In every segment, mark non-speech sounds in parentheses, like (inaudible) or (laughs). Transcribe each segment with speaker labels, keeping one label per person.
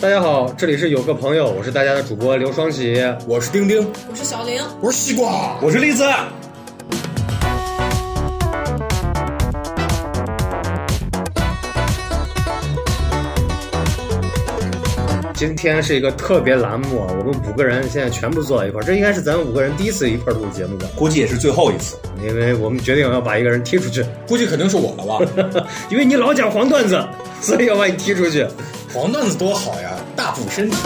Speaker 1: 大家好，这里是有个朋友，我是大家的主播刘双喜。
Speaker 2: 我是丁丁，
Speaker 3: 我是小玲，
Speaker 2: 我是西瓜，
Speaker 4: 我是栗子。
Speaker 1: 今天是一个特别栏目，我们五个人现在全部坐在一块儿，这应该是咱们五个人第一次一块儿录节目吧？
Speaker 4: 估计也是最后一次。
Speaker 1: 因为我们决定要把一个人踢出去，
Speaker 2: 估计肯定是我了吧？ (laughs)
Speaker 1: 因为你老讲黄段子，所以要把你踢出去。
Speaker 2: 黄段子多好呀，大补身体。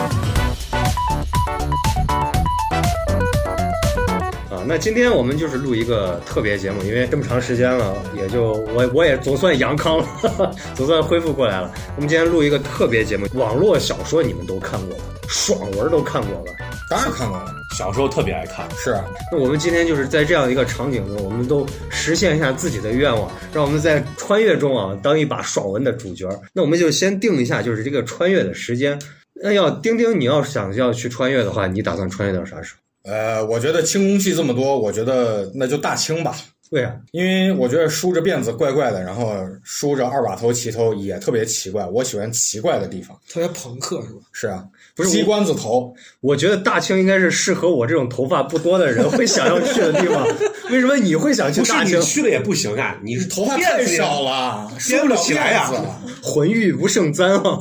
Speaker 1: 啊，那今天我们就是录一个特别节目，因为这么长时间了，也就我我也总算阳康了， (laughs) 总算恢复过来了。我们今天录一个特别节目，网络小说你们都看过了，爽文都看过了。
Speaker 2: 当然看过了，
Speaker 4: 小时候特别爱看，
Speaker 2: 是啊
Speaker 1: 那我们今天就是在这样一个场景中，我们都实现一下自己的愿望，让我们在穿越中啊当一把爽文的主角。那我们就先定一下，就是这个穿越的时间。那要丁丁，你要想要去穿越的话，你打算穿越到啥时候？
Speaker 2: 呃，我觉得清宫戏这么多，我觉得那就大清吧，
Speaker 1: 对呀、
Speaker 2: 因为我觉得梳着辫子怪怪的，然后梳着二把头齐头也特别奇怪，我喜欢奇怪的地方。
Speaker 5: 特别朋克是吧？
Speaker 2: 是啊，
Speaker 1: 不是我
Speaker 2: 鸡冠子头，
Speaker 1: 我觉得大清应该是适合我这种头发不多的人会想要去的地方。为什么你会想去
Speaker 4: 不
Speaker 1: 大
Speaker 4: 是
Speaker 1: 清
Speaker 4: 你？去了也不行啊，你是
Speaker 2: 头发太少了，梳
Speaker 4: 编
Speaker 2: 不
Speaker 4: 不
Speaker 2: 了
Speaker 4: 起来呀
Speaker 2: 辫子
Speaker 1: 浑欲不胜簪啊！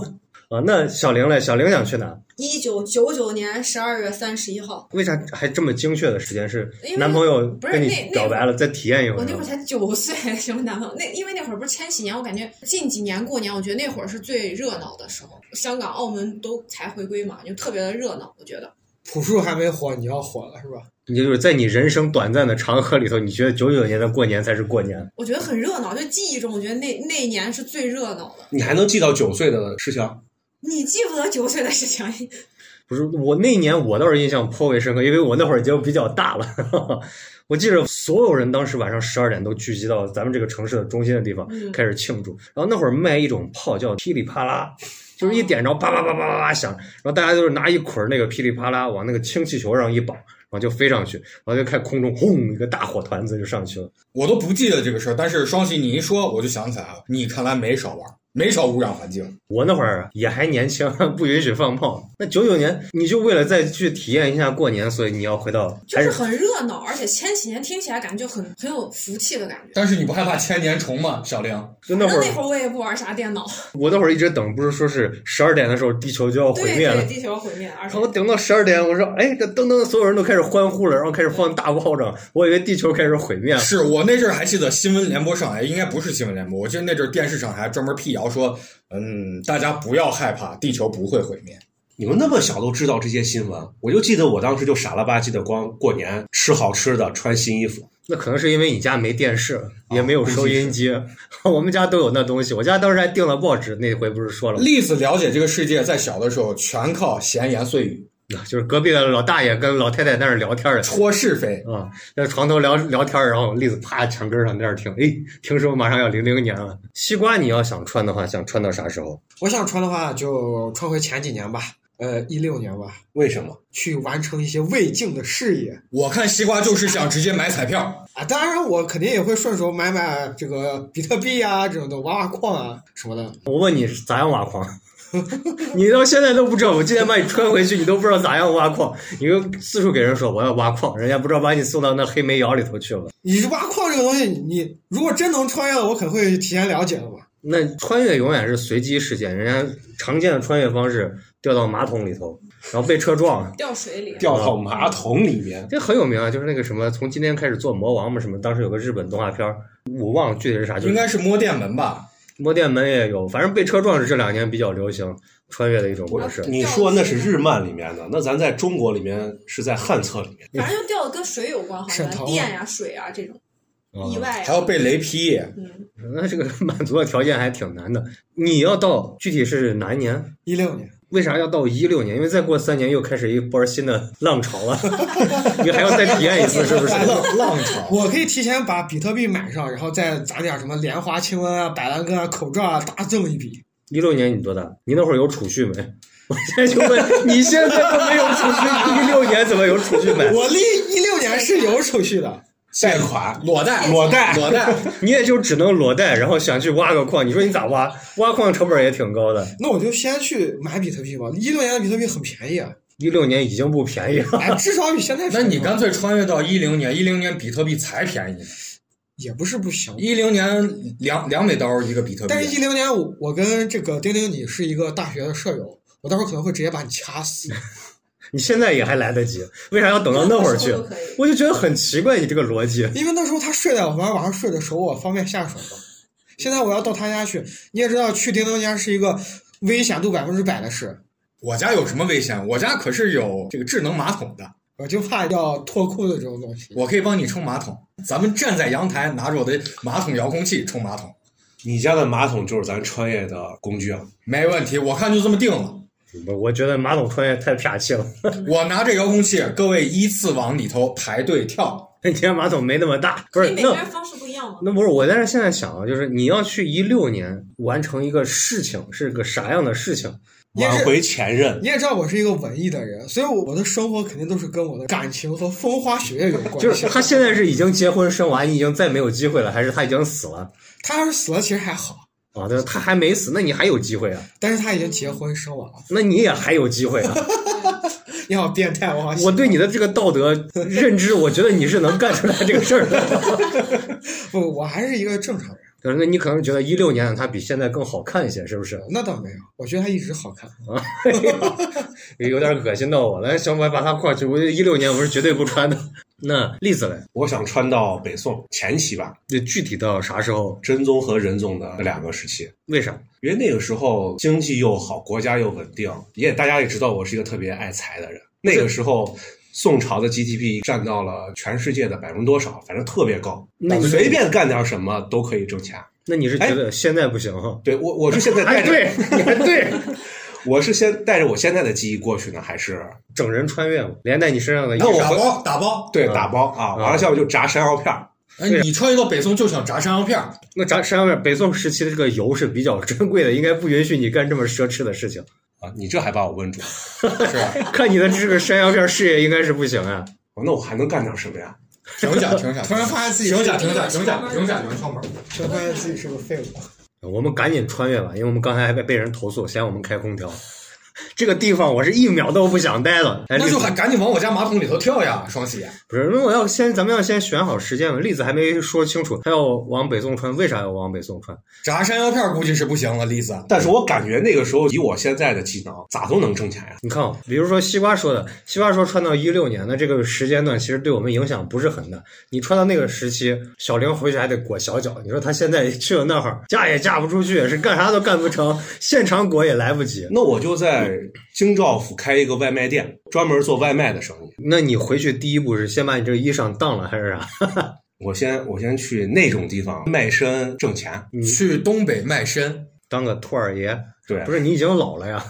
Speaker 1: 啊，那小玲嘞，小玲想去哪？
Speaker 3: 一九九九年十二月三十一号，
Speaker 1: 为啥还这么精确的时间是
Speaker 3: 因为
Speaker 1: 男朋友
Speaker 3: 不是
Speaker 1: 跟你
Speaker 3: 那那
Speaker 1: 表白了，再体验一
Speaker 3: 我
Speaker 1: 回
Speaker 3: 那
Speaker 1: 是
Speaker 3: 会
Speaker 1: 吧
Speaker 3: 儿才九岁， (laughs) 什么男朋友？那因为那会儿不是千禧年，我感觉近几年过年，我觉得那会儿是最热闹的时候，香港、澳门都才回归嘛，就特别的热闹。我觉得
Speaker 5: 朴树还没火，你要火了是吧？
Speaker 1: 你就是在你人生短暂的长河里头，你觉得九九年的过年才是过年？
Speaker 3: 我觉得很热闹，就记忆中，我觉得那那一年是最热闹的。
Speaker 4: 你还能记到九岁的事情，
Speaker 3: 你记不得九岁的事情， (laughs)
Speaker 1: 不是我那年我倒是印象颇为深刻，因为我那会儿就比较大了。 (laughs) 我记着所有人当时晚上十二点都聚集到咱们这个城市的中心的地方
Speaker 3: 嗯
Speaker 1: 开始庆祝，然后那会儿卖一种炮叫噼里啪啦，就是一点着叭叭叭叭叭叭响，然后大家就是拿一捆儿那个噼里啪啦往那个氢气球上一绑，然后就飞上去，然后就看空中轰一个大火团子就上去了。
Speaker 2: 我都不记得这个事儿，但是双喜你一说，我就想起来了，你看来没少玩，没少污染环境。
Speaker 1: 我那会儿也还年轻， (laughs) 不允许放炮。那九九年，你就为了再去体验一下过年，所以你要回到
Speaker 3: 就
Speaker 1: 还
Speaker 3: 是
Speaker 1: 是
Speaker 3: 很热闹，而且千禧年听起来感觉就很很有福气的感觉。
Speaker 2: 但是你不害怕千年虫吗，小玲？
Speaker 1: 就那
Speaker 3: 反
Speaker 1: 会
Speaker 3: 正那
Speaker 1: 儿，
Speaker 3: 会儿我也不玩啥电脑，我
Speaker 1: 我那会儿一直等，不是说是十二点的时候地球就要毁
Speaker 3: 对
Speaker 1: 灭了
Speaker 3: 对，。地球毁灭，而
Speaker 1: 然
Speaker 3: 且
Speaker 1: 后我等到十二点，我说，哎，这噔噔，所有人都开始欢呼了，然后开始放大炮仗，我以为地球开始毁灭了。
Speaker 2: 是我那阵儿还记得新闻联播上，哎，应该不是新闻联播，我记得那阵儿电视上还专门辟谣说，嗯，大家不要害怕，地球不会毁灭。
Speaker 4: 你们那么小都知道这些新闻，我就记得我当时就傻了吧唧的光过年吃好吃的，穿新衣服。
Speaker 1: 那可能是因为你家没电视，也没有收音机，我们家都有那东西。我家当时还订了报纸，那回不是说了吗，
Speaker 2: 栗子了解这个世界，在小的时候全靠闲言碎语、
Speaker 1: 就是隔壁的老大爷跟老太太在那儿聊天儿。
Speaker 2: 戳是非。
Speaker 1: 啊，在床头聊聊天儿，然后栗子啪墙根儿上在那儿听，哎，听说马上要零零年了。西瓜，你要想穿的话，想穿到啥时候？
Speaker 5: 我想穿的话就穿回前几年吧，呃，一六年吧，
Speaker 4: 为什么？
Speaker 5: 去完成一些未竟的事业
Speaker 2: 我看西瓜就是想直接买彩票，
Speaker 5: 啊。当然，我肯定也会顺手买买这个比特币啊，这种的挖挖矿啊什么的。
Speaker 1: 我问你咋样挖矿？ (laughs) 你到现在都不知道，我今天把你穿回去，你都不知道咋样挖矿。你又四处给人说我要挖矿，人家不知道把你送到那黑煤窑里头去了。
Speaker 5: 你挖矿这个东西，你如果真能穿越了，我可能会提前了解了嘛。
Speaker 1: 那穿越永远是随机事件，人家常见的穿越方式掉到马桶里头，然后被车撞，
Speaker 3: 掉水里。
Speaker 4: 掉到马桶里面。
Speaker 1: 这很有名啊，就是那个什么，从今天开始做魔王嘛，什么当时有个日本动画片儿，我忘了具体是啥，就是
Speaker 2: 应该是摸电门吧？
Speaker 1: 摸电门也有，反正被车撞是这两年比较流行穿越的一种模式。
Speaker 4: 你说那是日漫里面的，那咱在中国里面是在汉册里面。
Speaker 3: 反正就掉的跟水有关，好像
Speaker 5: 沈腾啊
Speaker 3: 电呀、水啊这种意
Speaker 1: 啊
Speaker 3: 外
Speaker 2: 还要
Speaker 3: 啊。
Speaker 2: 被雷劈，
Speaker 3: 嗯，
Speaker 1: 那这个 (laughs) 满足的条件还挺难的。你要到具体是哪一年？
Speaker 5: 一六年，
Speaker 1: 为啥要到一六年？因为再过三年又开始一波新的浪潮了， (laughs) 你还要再体验一次，是不是？
Speaker 2: 浪浪
Speaker 5: (laughs)
Speaker 2: 潮。
Speaker 5: 我可以提前把比特币买上，然后再攒点什么莲花清瘟啊、板蓝根啊、口罩啊，大挣一笔。
Speaker 1: 一六年你多大？你那会儿有储蓄没？ (laughs) 我现在就问，你现在都没有储蓄，一六年怎么有储蓄没？
Speaker 5: 我历一六年是有储蓄的，
Speaker 4: 贷款。
Speaker 2: 裸贷，
Speaker 4: 裸贷
Speaker 2: 裸贷，
Speaker 1: 你也就只能裸贷，然后想去挖个矿，你说你咋挖？挖矿成本也挺高的，
Speaker 5: 那我就先去买比特币吧。一六年的比特币很便宜啊，
Speaker 1: 一六年已经不便宜了。
Speaker 5: 哎，至少比现在
Speaker 2: 那
Speaker 5: 便宜。
Speaker 2: 你干脆穿越到一零年，一零年比特币才便宜呢，
Speaker 5: 也不是不行。
Speaker 2: 一零年两两美刀一个比特币，
Speaker 5: 但是，一零年我我跟这个丁丁你是一个大学的舍友，我到时候可能会直接把你掐死。
Speaker 1: 嗯你现在也还来得及，为啥要等到那会儿去
Speaker 3: 什么时候都可以？
Speaker 1: 我就觉得很奇怪，你这个逻辑。
Speaker 5: 因为那时候他睡在我房，晚上睡的熟，我方便下手嘛。现在我要到他家去，你也知道，去丁丁家是一个危险度百分之百的事，
Speaker 2: 我家有什么危险？我家可是有这个智能马桶的，
Speaker 5: 我就怕要脱裤子这种东西。
Speaker 2: 我可以帮你冲马桶。咱们站在阳台，拿着我的马桶遥控器冲马桶，
Speaker 4: 你家的马桶就是咱穿越的工具啊！
Speaker 2: 没问题。我看就这么定了。
Speaker 1: 我我觉得马桶穿越太撇气了， (laughs)
Speaker 2: 我拿着遥控器，各位依次往里头排队跳。
Speaker 1: 你家马桶没那么大，不
Speaker 3: 所
Speaker 1: 是
Speaker 3: 以每个
Speaker 1: 那
Speaker 3: 人方式不一样嘛。
Speaker 1: 那不是我在这现在想啊，就是你要去一六年完成一个事情，是个啥样的事情？
Speaker 5: 你也
Speaker 4: 挽
Speaker 5: 是，
Speaker 4: 回前任，
Speaker 5: 你也知道我是一个文艺的人，所以我我的生活肯定都是跟我的感情和风花雪月有关系。
Speaker 1: 就是他现在是已经结婚生娃，你已经再没有机会了，还是他已经死了
Speaker 5: 他要是死了，其实还好，
Speaker 1: 啊？对，他还没死，那你还有机会啊？
Speaker 5: 但是他已经结婚生娃了。
Speaker 1: 那你也还有机会啊！ (laughs)
Speaker 5: 你好变态，我好喜
Speaker 1: 我对你的这个道德认知，我觉得你是能干出来这个事儿的。
Speaker 5: 不，我还是一个正常人。
Speaker 1: 可是那你可能觉得一六年的他比现在更好看一些，是不是？
Speaker 5: 那倒没有，我觉得他一直好看。
Speaker 1: 有点恶心到我了。小买把他跨去，我一六年我是绝对不穿的。 (laughs) 那例子嘞，
Speaker 4: 我想穿到北宋前期吧，
Speaker 1: 就具体到啥时候？
Speaker 4: 真宗和仁宗的那两个时期。
Speaker 1: 为啥？
Speaker 4: 因为那个时候经济又好，国家又稳定，也大家也知道我是一个特别爱财的人。那个时候，宋朝的 GDP 占到了全世界的百分之多少，反正特别高，
Speaker 1: 那你
Speaker 4: 随便干点什么都可以挣钱。
Speaker 1: 那你是觉得现在不行哈？
Speaker 4: 对我，我是现在带
Speaker 1: 哎，
Speaker 4: 着，
Speaker 1: 对，你还 (laughs) 对，
Speaker 4: 我是先带着我现在的记忆过去呢，还是
Speaker 1: 整人穿越嘛，连带你身上的衣
Speaker 4: 那
Speaker 1: 服。
Speaker 4: 我
Speaker 2: 打
Speaker 4: 回
Speaker 2: 包，打包。
Speaker 4: 对
Speaker 1: 嗯
Speaker 4: 打包啊？
Speaker 1: 嗯
Speaker 4: 完了，下午就炸山药片儿。
Speaker 2: 哎，你穿越到北宋就想炸山药片儿，
Speaker 1: 那咱山上面北宋时期的这个油是比较珍贵的，应该不允许你干这么奢侈的事情。
Speaker 4: 啊，你这还把我问住了、
Speaker 2: 是吧？
Speaker 5: (laughs)
Speaker 1: 看你的这个山药片事业应该是不行啊。
Speaker 4: 哦那我还能干点什么呀？
Speaker 2: 停下，停下！
Speaker 5: 突然发现自己
Speaker 2: 停
Speaker 5: 是
Speaker 2: 下，停下，停下，停下！你们敲门。
Speaker 5: 突然发现自己是个废物。啊
Speaker 1: 我们赶紧穿越吧，因为我们刚才还被被人投诉，嫌我们开空调。这个地方我是一秒都不想待了。哎，
Speaker 2: 那
Speaker 1: 栗
Speaker 2: 就
Speaker 1: 子
Speaker 2: 还赶紧往我家马桶里头跳呀，双喜！
Speaker 1: 不是，那我要先，咱们要先选好时间嘛。栗子还没说清楚，他要往北宋穿，为啥要往北宋穿？
Speaker 2: 炸山药片儿估计是不行了，栗子。
Speaker 4: 但是我感觉那个时候以我现在的技能，咋都能挣钱呀、
Speaker 1: 你看啊，比如说西瓜说的，西瓜说穿到一六年的这个时间段，其实对我们影响不是很大。你穿到那个时期，小玲回去还得裹小脚。你说她现在 (laughs) 去了那儿，嫁也嫁不出去，是干啥都干不成，现场裹也来不及。
Speaker 4: 那我就在京兆府开一个外卖店，专门做外卖的生意。
Speaker 1: 那你回去第一步是先把你这个衣裳当了，还是啥？
Speaker 4: 我先我先去那种地方卖身挣钱，
Speaker 1: 嗯
Speaker 2: 去东北卖身，
Speaker 1: 当个兔儿爷？
Speaker 4: 对
Speaker 1: 不，是你已经老了呀，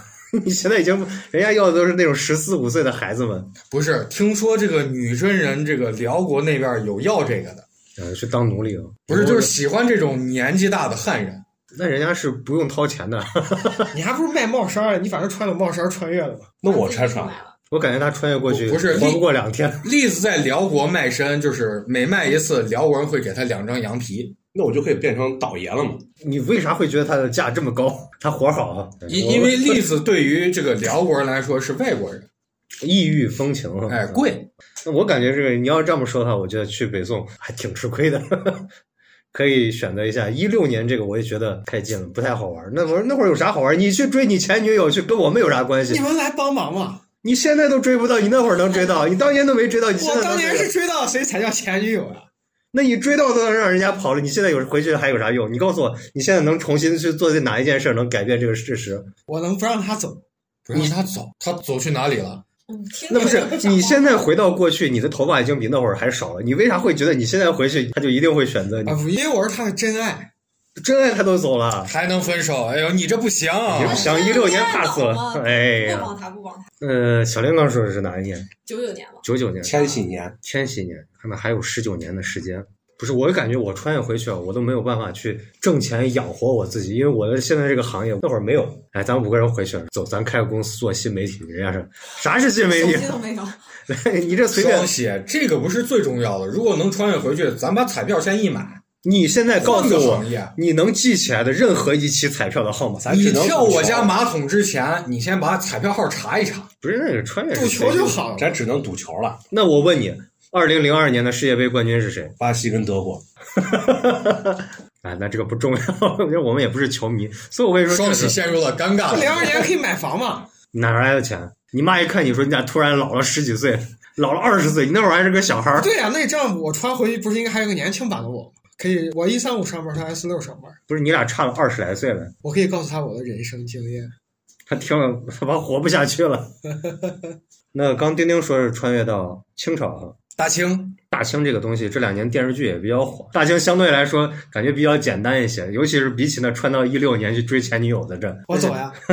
Speaker 1: 你现在已经人家要的都是那种十四五岁的孩子们，
Speaker 2: 不是？听说这个女真人，这个辽国那边有要这个的，
Speaker 1: 呃，去当奴隶了。
Speaker 2: 不是？就是喜欢这种年纪大的汉人。
Speaker 1: 那人家是不用掏钱的，
Speaker 5: 你还不如卖帽衫儿，你反正穿了帽衫儿穿越了嘛。
Speaker 4: 那我拆穿
Speaker 3: 买。了，
Speaker 1: 我感觉他穿越过去
Speaker 2: 不是
Speaker 1: 活不过两天。
Speaker 2: 栗子在辽国卖身，就是每卖一次，辽国人会给他两张羊皮，
Speaker 4: 那我就可以变成倒爷了嘛？
Speaker 1: 你为啥会觉得他的价这么高？他活好啊，
Speaker 2: 因
Speaker 1: 我
Speaker 2: 因为栗子对于这个辽国人来说是外国人，
Speaker 1: 异域风情啊。
Speaker 2: 哎，贵。
Speaker 1: 那我感觉这个你要这么说的话，我觉得去北宋还挺吃亏的。 (laughs) 可以选择一下，一六年这个我也觉得太近了，不太好玩。那会儿那会儿有啥好玩？你去追你前女友去，跟我们有啥关
Speaker 5: 你
Speaker 1: 系？
Speaker 5: 们来帮忙嘛！
Speaker 1: 你现在都追不到，你那会儿能追到？你当年都没追到，你现在
Speaker 5: 我
Speaker 1: 能
Speaker 5: 当
Speaker 1: 追到
Speaker 5: 年是追到谁才叫前女友呀、
Speaker 1: 那你追到都能让人家跑了，你现在有回去还有啥用？你告诉我，你现在能重新去做哪一件事儿能改变这个事实？
Speaker 5: 我能不让他走？
Speaker 2: 不让他走，他走去哪里了？
Speaker 3: 嗯，听
Speaker 1: 那不是
Speaker 3: 着就
Speaker 1: 你
Speaker 3: 想
Speaker 1: 现在回到过去，你的头发已经比那会儿还少了，你为啥会觉得你现在回去他就一定会选择你
Speaker 5: 啊？，不因为我是他的真爱。
Speaker 1: 真爱他都走了，
Speaker 2: 还能分手？哎呦，你这不行！啊
Speaker 1: 你不想一六年 pass 了
Speaker 3: 我，是
Speaker 1: 哎
Speaker 3: 不
Speaker 1: 呀，
Speaker 3: 帮他，不帮他，
Speaker 1: 呃，小林刚说的是哪一年？
Speaker 3: 九九年了，
Speaker 1: 九九年，
Speaker 4: 千禧年，
Speaker 1: 千禧年，看那还有十九年的时间。不是，我就感觉我穿越回去啊，我都没有办法去挣钱养活我自己，因为我的现在这个行业那会儿没有。哎，咱们五个人回去了，走，咱开个公司做新媒体。人家说啥是新媒
Speaker 3: 手
Speaker 1: 体？ (laughs) 哎
Speaker 3: 机都没有。
Speaker 1: 你这随便
Speaker 2: 双，鞋这个不是最重要的，如果能穿越回去，咱把彩票先一买，
Speaker 1: 你现在告
Speaker 2: 换
Speaker 1: 诉
Speaker 2: 个
Speaker 1: 我
Speaker 2: 行，业。
Speaker 1: 你能记起来的任何一期彩票的号码，咱
Speaker 2: 你
Speaker 1: 只能
Speaker 2: 跳我家马桶之前，你先把彩票号查一查。
Speaker 1: 不是那个穿越是
Speaker 5: 赌球
Speaker 1: 谁
Speaker 5: 就好了。
Speaker 4: 咱只能赌球了。
Speaker 1: 那我问你，二零零二年的世界杯冠军是谁？
Speaker 4: 巴西跟德国，
Speaker 1: 哎，那这个不重要， (laughs) 因为我们也不是球迷，所以我跟你说，
Speaker 2: 双
Speaker 1: 这
Speaker 2: 喜
Speaker 1: 是
Speaker 2: 陷入了尴尬
Speaker 5: 这
Speaker 2: 的
Speaker 5: 零二年可以买房嘛？
Speaker 1: 哪来的钱？你妈一看你说你咋突然老了十几岁，老了二十岁，你那会儿还是个小孩儿， (laughs)
Speaker 5: 对呀、那你这样我穿回去不是应该还有个年轻版的我吗？可以，我一三五上班，他一四六上班，
Speaker 1: 不是你俩差了二十来岁了，
Speaker 5: 我可以告诉他我的人生经验。
Speaker 1: 他听了他妈活不下去
Speaker 5: (laughs)
Speaker 1: 了。那刚丁丁说是穿越到清朝啊，
Speaker 2: 大清
Speaker 1: 大清这个东西，这两年电视剧也比较火。大清相对来说感觉比较简单一些，尤其是比起那穿到一六年去追前女友的这，
Speaker 5: 我走哎呀， (laughs)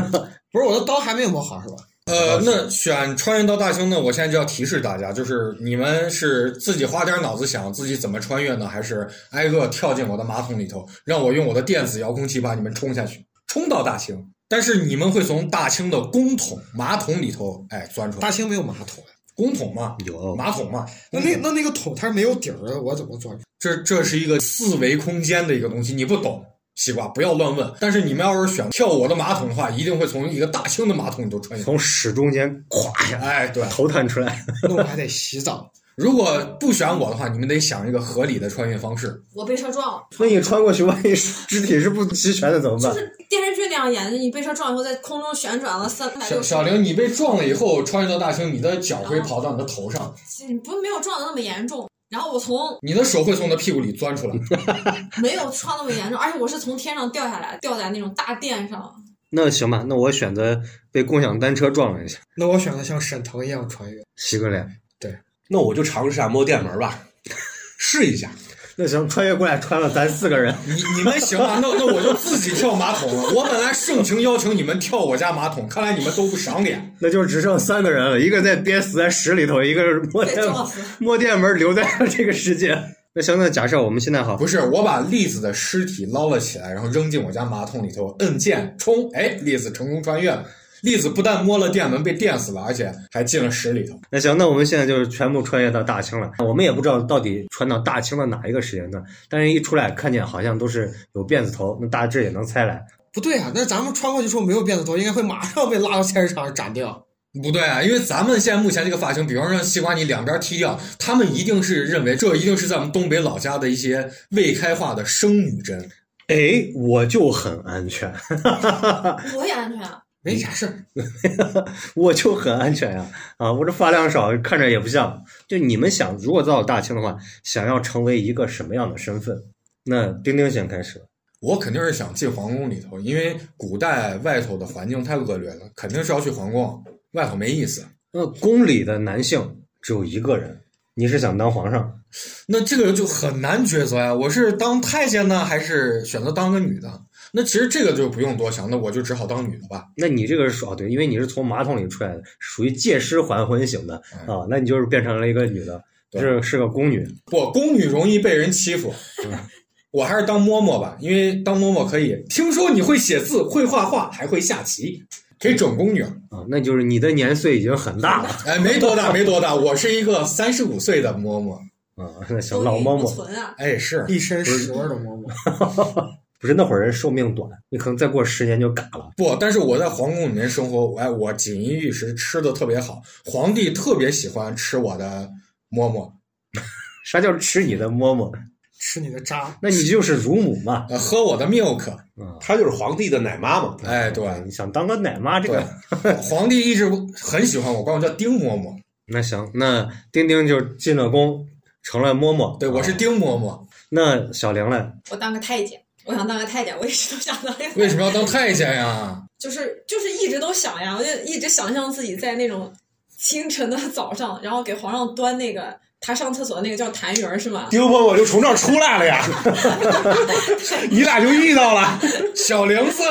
Speaker 5: 不是我的刀还没有磨好是吧？
Speaker 2: 呃，那选穿越到大清呢？我现在就要提示大家，就是你们是自己花点脑子想自己怎么穿越呢，还是挨个跳进我的马桶里头，让我用我的电子遥控器把你们冲下去，冲到大清？但是你们会从大清的公桶、马桶里头，哎，钻出来。
Speaker 5: 大清没有马桶呀，
Speaker 2: 公桶嘛，
Speaker 1: 有
Speaker 2: 马桶嘛，
Speaker 5: 那那那那个桶它是没有底儿的，我怎么钻？
Speaker 2: 这这是一个四维空间的一个东西，你不懂，西瓜不要乱问。但是你们要是选跳我的马桶的话，一定会从一个大清的马桶里头穿越。
Speaker 1: 从屎中间咵一下
Speaker 2: 哎，对，
Speaker 1: 头探出来。
Speaker 5: 那我还得洗澡。
Speaker 2: 如果不选我的话，你们得想一个合理的穿越方式。
Speaker 3: 我被车撞了，
Speaker 1: 那你穿过去，万一肢体是不齐全的怎么
Speaker 3: 就
Speaker 1: 办？
Speaker 3: 是电视剧那样演的，你被车撞以后在空中旋转了三百
Speaker 2: 小
Speaker 3: 六十
Speaker 2: 小，玲，你被撞了以后穿越到大清，你的脚会跑到你的头上，
Speaker 3: 你不没有撞的那么严重。然后我从
Speaker 2: 你的手会从你的屁股里钻出来。
Speaker 3: 没有撞那么严重，而且我是从天上掉下来，掉在那种大殿
Speaker 1: 啊
Speaker 3: 上。
Speaker 1: 那行吧，那我选择被共享单车撞了一下，
Speaker 5: 那我选择像沈腾一样穿越，
Speaker 1: 洗个脸。
Speaker 4: 那我就尝试下摸电门吧， (laughs) 试一下。
Speaker 1: 那行，穿越过来穿了，咱四个人。
Speaker 2: 你你们行啊？那那我就自己跳马桶了。我本来盛情邀请你们跳我家马桶，看来你们都不赏脸。
Speaker 1: 那就只剩三个人了，一个在憋死在屎里头，一个是摸
Speaker 3: 被
Speaker 1: 电
Speaker 3: 撞死
Speaker 1: 摸电门留在了这个世界。那行，那假设我们现在好，
Speaker 2: 不是，我把栗子的尸体捞了起来，然后扔进我家马桶里头，摁键冲，哎，栗子成功穿越了。栗子不但摸了电门被电死了，而且还进了屎里头。
Speaker 1: 那行，那我们现在就是全部穿越到大清了。我们也不知道到底穿到大清的哪一个时间段，但是一出来看见好像都是有辫子头，那大致也能猜来。
Speaker 5: 不对啊，那咱们穿过去之后没有辫子头，应该会马上被拉到菜市场斩掉。
Speaker 2: 不对啊，因为咱们现在目前这个发型，比方说让西瓜你两边剃掉，他们一定是认为这一定是在我们东北老家的一些未开化的生女针。
Speaker 1: 哎，我就很安全，
Speaker 3: 我也安全啊，
Speaker 5: 没啥事儿，
Speaker 1: (laughs) 我就很安全呀、啊！我这发量少，看着也不像。就你们想，如果到大清的话，想要成为一个什么样的身份？那丁丁先开始。
Speaker 2: 我肯定是想进皇宫里头，因为古代外头的环境太恶劣了，肯定是要去皇宫，外头没意思。
Speaker 1: 那宫里的男性只有一个人，你是想当皇上？
Speaker 2: 那这个就很难抉择呀、我是当太监呢，还是选择当个女的？那其实这个就不用多想，那我就只好当女的吧。
Speaker 1: 那你这个是属哦对，因为你是从马桶里出来的，属于借尸还魂型的
Speaker 2: 嗯
Speaker 1: 啊，那你就是变成了一个女的，
Speaker 2: 对
Speaker 1: 是是个宫女。
Speaker 2: 不，宫女容易被人欺负，我还是当嬷嬷吧，因为当嬷嬷可以。听说你会写字、会画画，还会下棋，可以整宫女。
Speaker 1: 啊，那就是你的年岁已经很大了
Speaker 2: 哎，没多大，没多大，我是一个三十五岁的嬷嬷。
Speaker 1: 啊。那行，
Speaker 3: 都
Speaker 1: 老嬷
Speaker 3: 不
Speaker 1: 嬷
Speaker 3: 存啊。
Speaker 2: 哎，是
Speaker 5: 一身屎味儿的嬷嬷。
Speaker 1: 不是那会儿人寿命短，你可能再过十年就嘎了。
Speaker 2: 不？但是我在皇宫里面生活，哎，我锦衣玉食，吃的特别好，皇帝特别喜欢吃我的嬷嬷。
Speaker 1: 啥叫吃你的嬷嬷？
Speaker 5: 吃你的渣。
Speaker 1: 那你就是乳母嘛。
Speaker 2: 呃，喝我的 milk，
Speaker 1: 啊，
Speaker 4: 她就是皇帝的奶妈嘛。
Speaker 2: 哎，对，
Speaker 1: 你想当个奶妈这个？
Speaker 2: 对，皇帝一直很喜欢我，管我叫丁嬷嬷。
Speaker 1: 那行，那丁丁就进了宫，成了嬷嬷。
Speaker 2: 对，我是
Speaker 1: 啊
Speaker 2: 丁嬷嬷。
Speaker 1: 那小玲嘞？
Speaker 3: 我当个太监，我想当个太监，我一直都想当个太监。
Speaker 2: 为什么要当太监呀？
Speaker 3: 就是就是一直都想呀，我就一直想象自己在那种清晨的早上，然后给皇上端那个他上厕所那个叫痰盂儿是吗？
Speaker 4: 丁嬷嬷就从这儿出来了 (laughs) 呀， (laughs) 你俩就遇到了。
Speaker 2: 小玲子，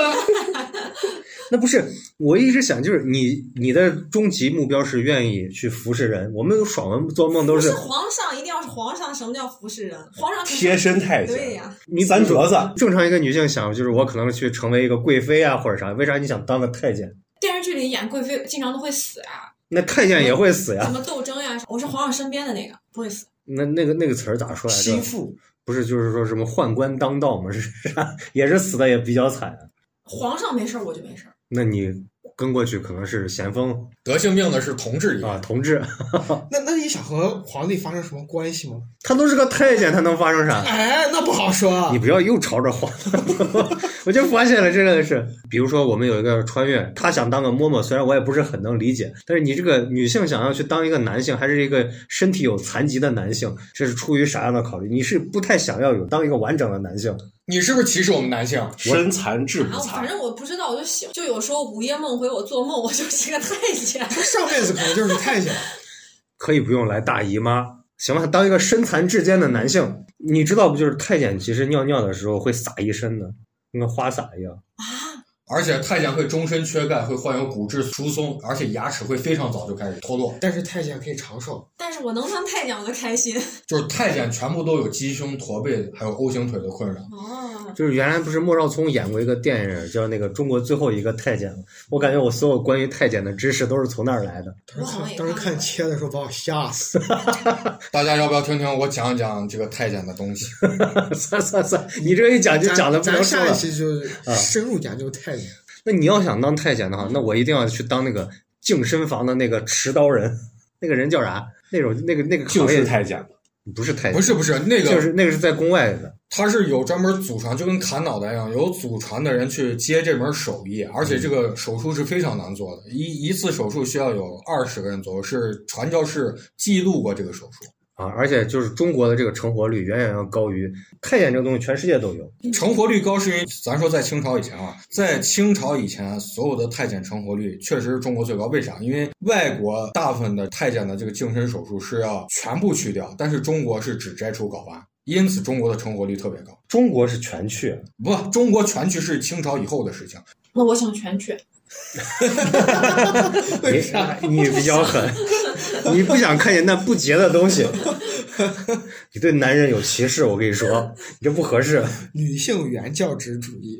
Speaker 1: 那不是我一直想，就是你你的终极目标是愿意去服侍人。我们爽文做梦都
Speaker 3: 不
Speaker 1: 是
Speaker 3: 是皇上，一定要是皇上。什么叫服侍人？皇上可是
Speaker 4: 贴身太监。
Speaker 3: 对呀、
Speaker 1: 你
Speaker 4: 三折子
Speaker 1: 正常一个女性想，就是我可能去成为一个贵妃啊，或者啥？为啥你想当个太监？
Speaker 3: 电视剧里演贵妃经常都会死呀、
Speaker 1: 那太监也会死
Speaker 3: 什
Speaker 1: 呀？
Speaker 3: 么斗争呀、我是皇上身边的那个，不会死。
Speaker 1: 那那个那个词儿咋说来
Speaker 5: 心
Speaker 1: 着？
Speaker 5: 腹
Speaker 1: 不是就是说什么宦官当道吗？是 (laughs) 啥？也是死的也比较惨啊。
Speaker 3: 皇上没事儿，我就没事儿。
Speaker 1: 那你跟过去可能是咸丰
Speaker 2: 得性病的是同志一
Speaker 1: 啊，
Speaker 2: 样，
Speaker 1: 同志，
Speaker 5: 那那你想和皇帝发生什么关系吗？
Speaker 1: 他都是个太监，他能发生啥？
Speaker 5: 哎，那不好说
Speaker 1: 你。不要又朝着皇上， (laughs) 我就发现了，真的是，比如说我们有一个穿越，她想当个嬷嬷，虽然我也不是很能理解，但是你这个女性想要去当一个男性，还是一个身体有残疾的男性，这是出于啥样的考虑？你是不太想要有当一个完整的男性，
Speaker 2: 你是不是歧视我们男性？
Speaker 4: 身残志
Speaker 3: 然
Speaker 4: 不
Speaker 3: 后反
Speaker 4: 残，
Speaker 3: 啊正我不知道，我就喜欢，就有时候午夜梦回，我做梦我就是个太监。 (laughs)
Speaker 5: 他上辈子可能就是太监，
Speaker 1: 可以不用来大姨妈，行吧？当一个身残志坚的男性，你知道不？就是太监其实尿尿的时候会洒一身的，跟花洒一样。
Speaker 2: 而且太监会终身缺钙，会患有骨质疏松，而且牙齿会非常早就开始脱落。
Speaker 5: 但是太监可以长寿。
Speaker 3: 但是我能当太监，我就开心。
Speaker 2: 就是太监全部都有鸡胸、驼背还有 O 型腿的困扰。
Speaker 3: 哦，
Speaker 1: 就是原来不是莫少聪演过一个电影叫那个《中国最后一个太监》吗？我感觉我所有关于太监的知识都是从那儿来的。 (laughs)
Speaker 5: 当
Speaker 3: 我
Speaker 5: 时
Speaker 3: 好像
Speaker 5: 看
Speaker 3: 也
Speaker 5: 当时看切的时候把我吓死。
Speaker 2: 大家要不要听听我讲一讲这个太监的东西？
Speaker 1: 算算算，你这一讲就讲的不能说
Speaker 5: 咱下一
Speaker 1: 了。啊
Speaker 5: 期就是深入研究太监。
Speaker 1: 那你要想当太监的话，那我一定要去当那个净身房的那个持刀人， (laughs) 那个人叫啥？那种那个那个
Speaker 4: 就
Speaker 1: 行业
Speaker 4: 是太监嘛。
Speaker 1: 不是太监，
Speaker 2: 不是不是，那个、
Speaker 1: 就是那个是在宫外的。
Speaker 2: 他是有专门祖传，就跟砍脑袋一样，有祖传的人去接这门手艺，而且这个手术是非常难做的，一一次手术需要有二十个人左右，是传教士记录过这个手术，
Speaker 1: 啊，而且就是中国的这个成活率远远要高于太监这个东西，全世界都有。
Speaker 2: 成活率高是因为咱说在清朝以前啊，在清朝以前所有的太监成活率确实是中国最高，为啥？因为外国大部分的太监的这个净身手术是要全部去掉，但是中国是只摘除睾丸，因此中国的成活率特别高。
Speaker 1: 中国是全去，
Speaker 2: 不，中国全去是清朝以后的事情。
Speaker 3: 那我想全去。
Speaker 1: 你 (laughs) 你比较狠，你不想看见那不洁的东西，你对男人有歧视，我跟你说，你这不合适，
Speaker 5: 女性原教旨主义，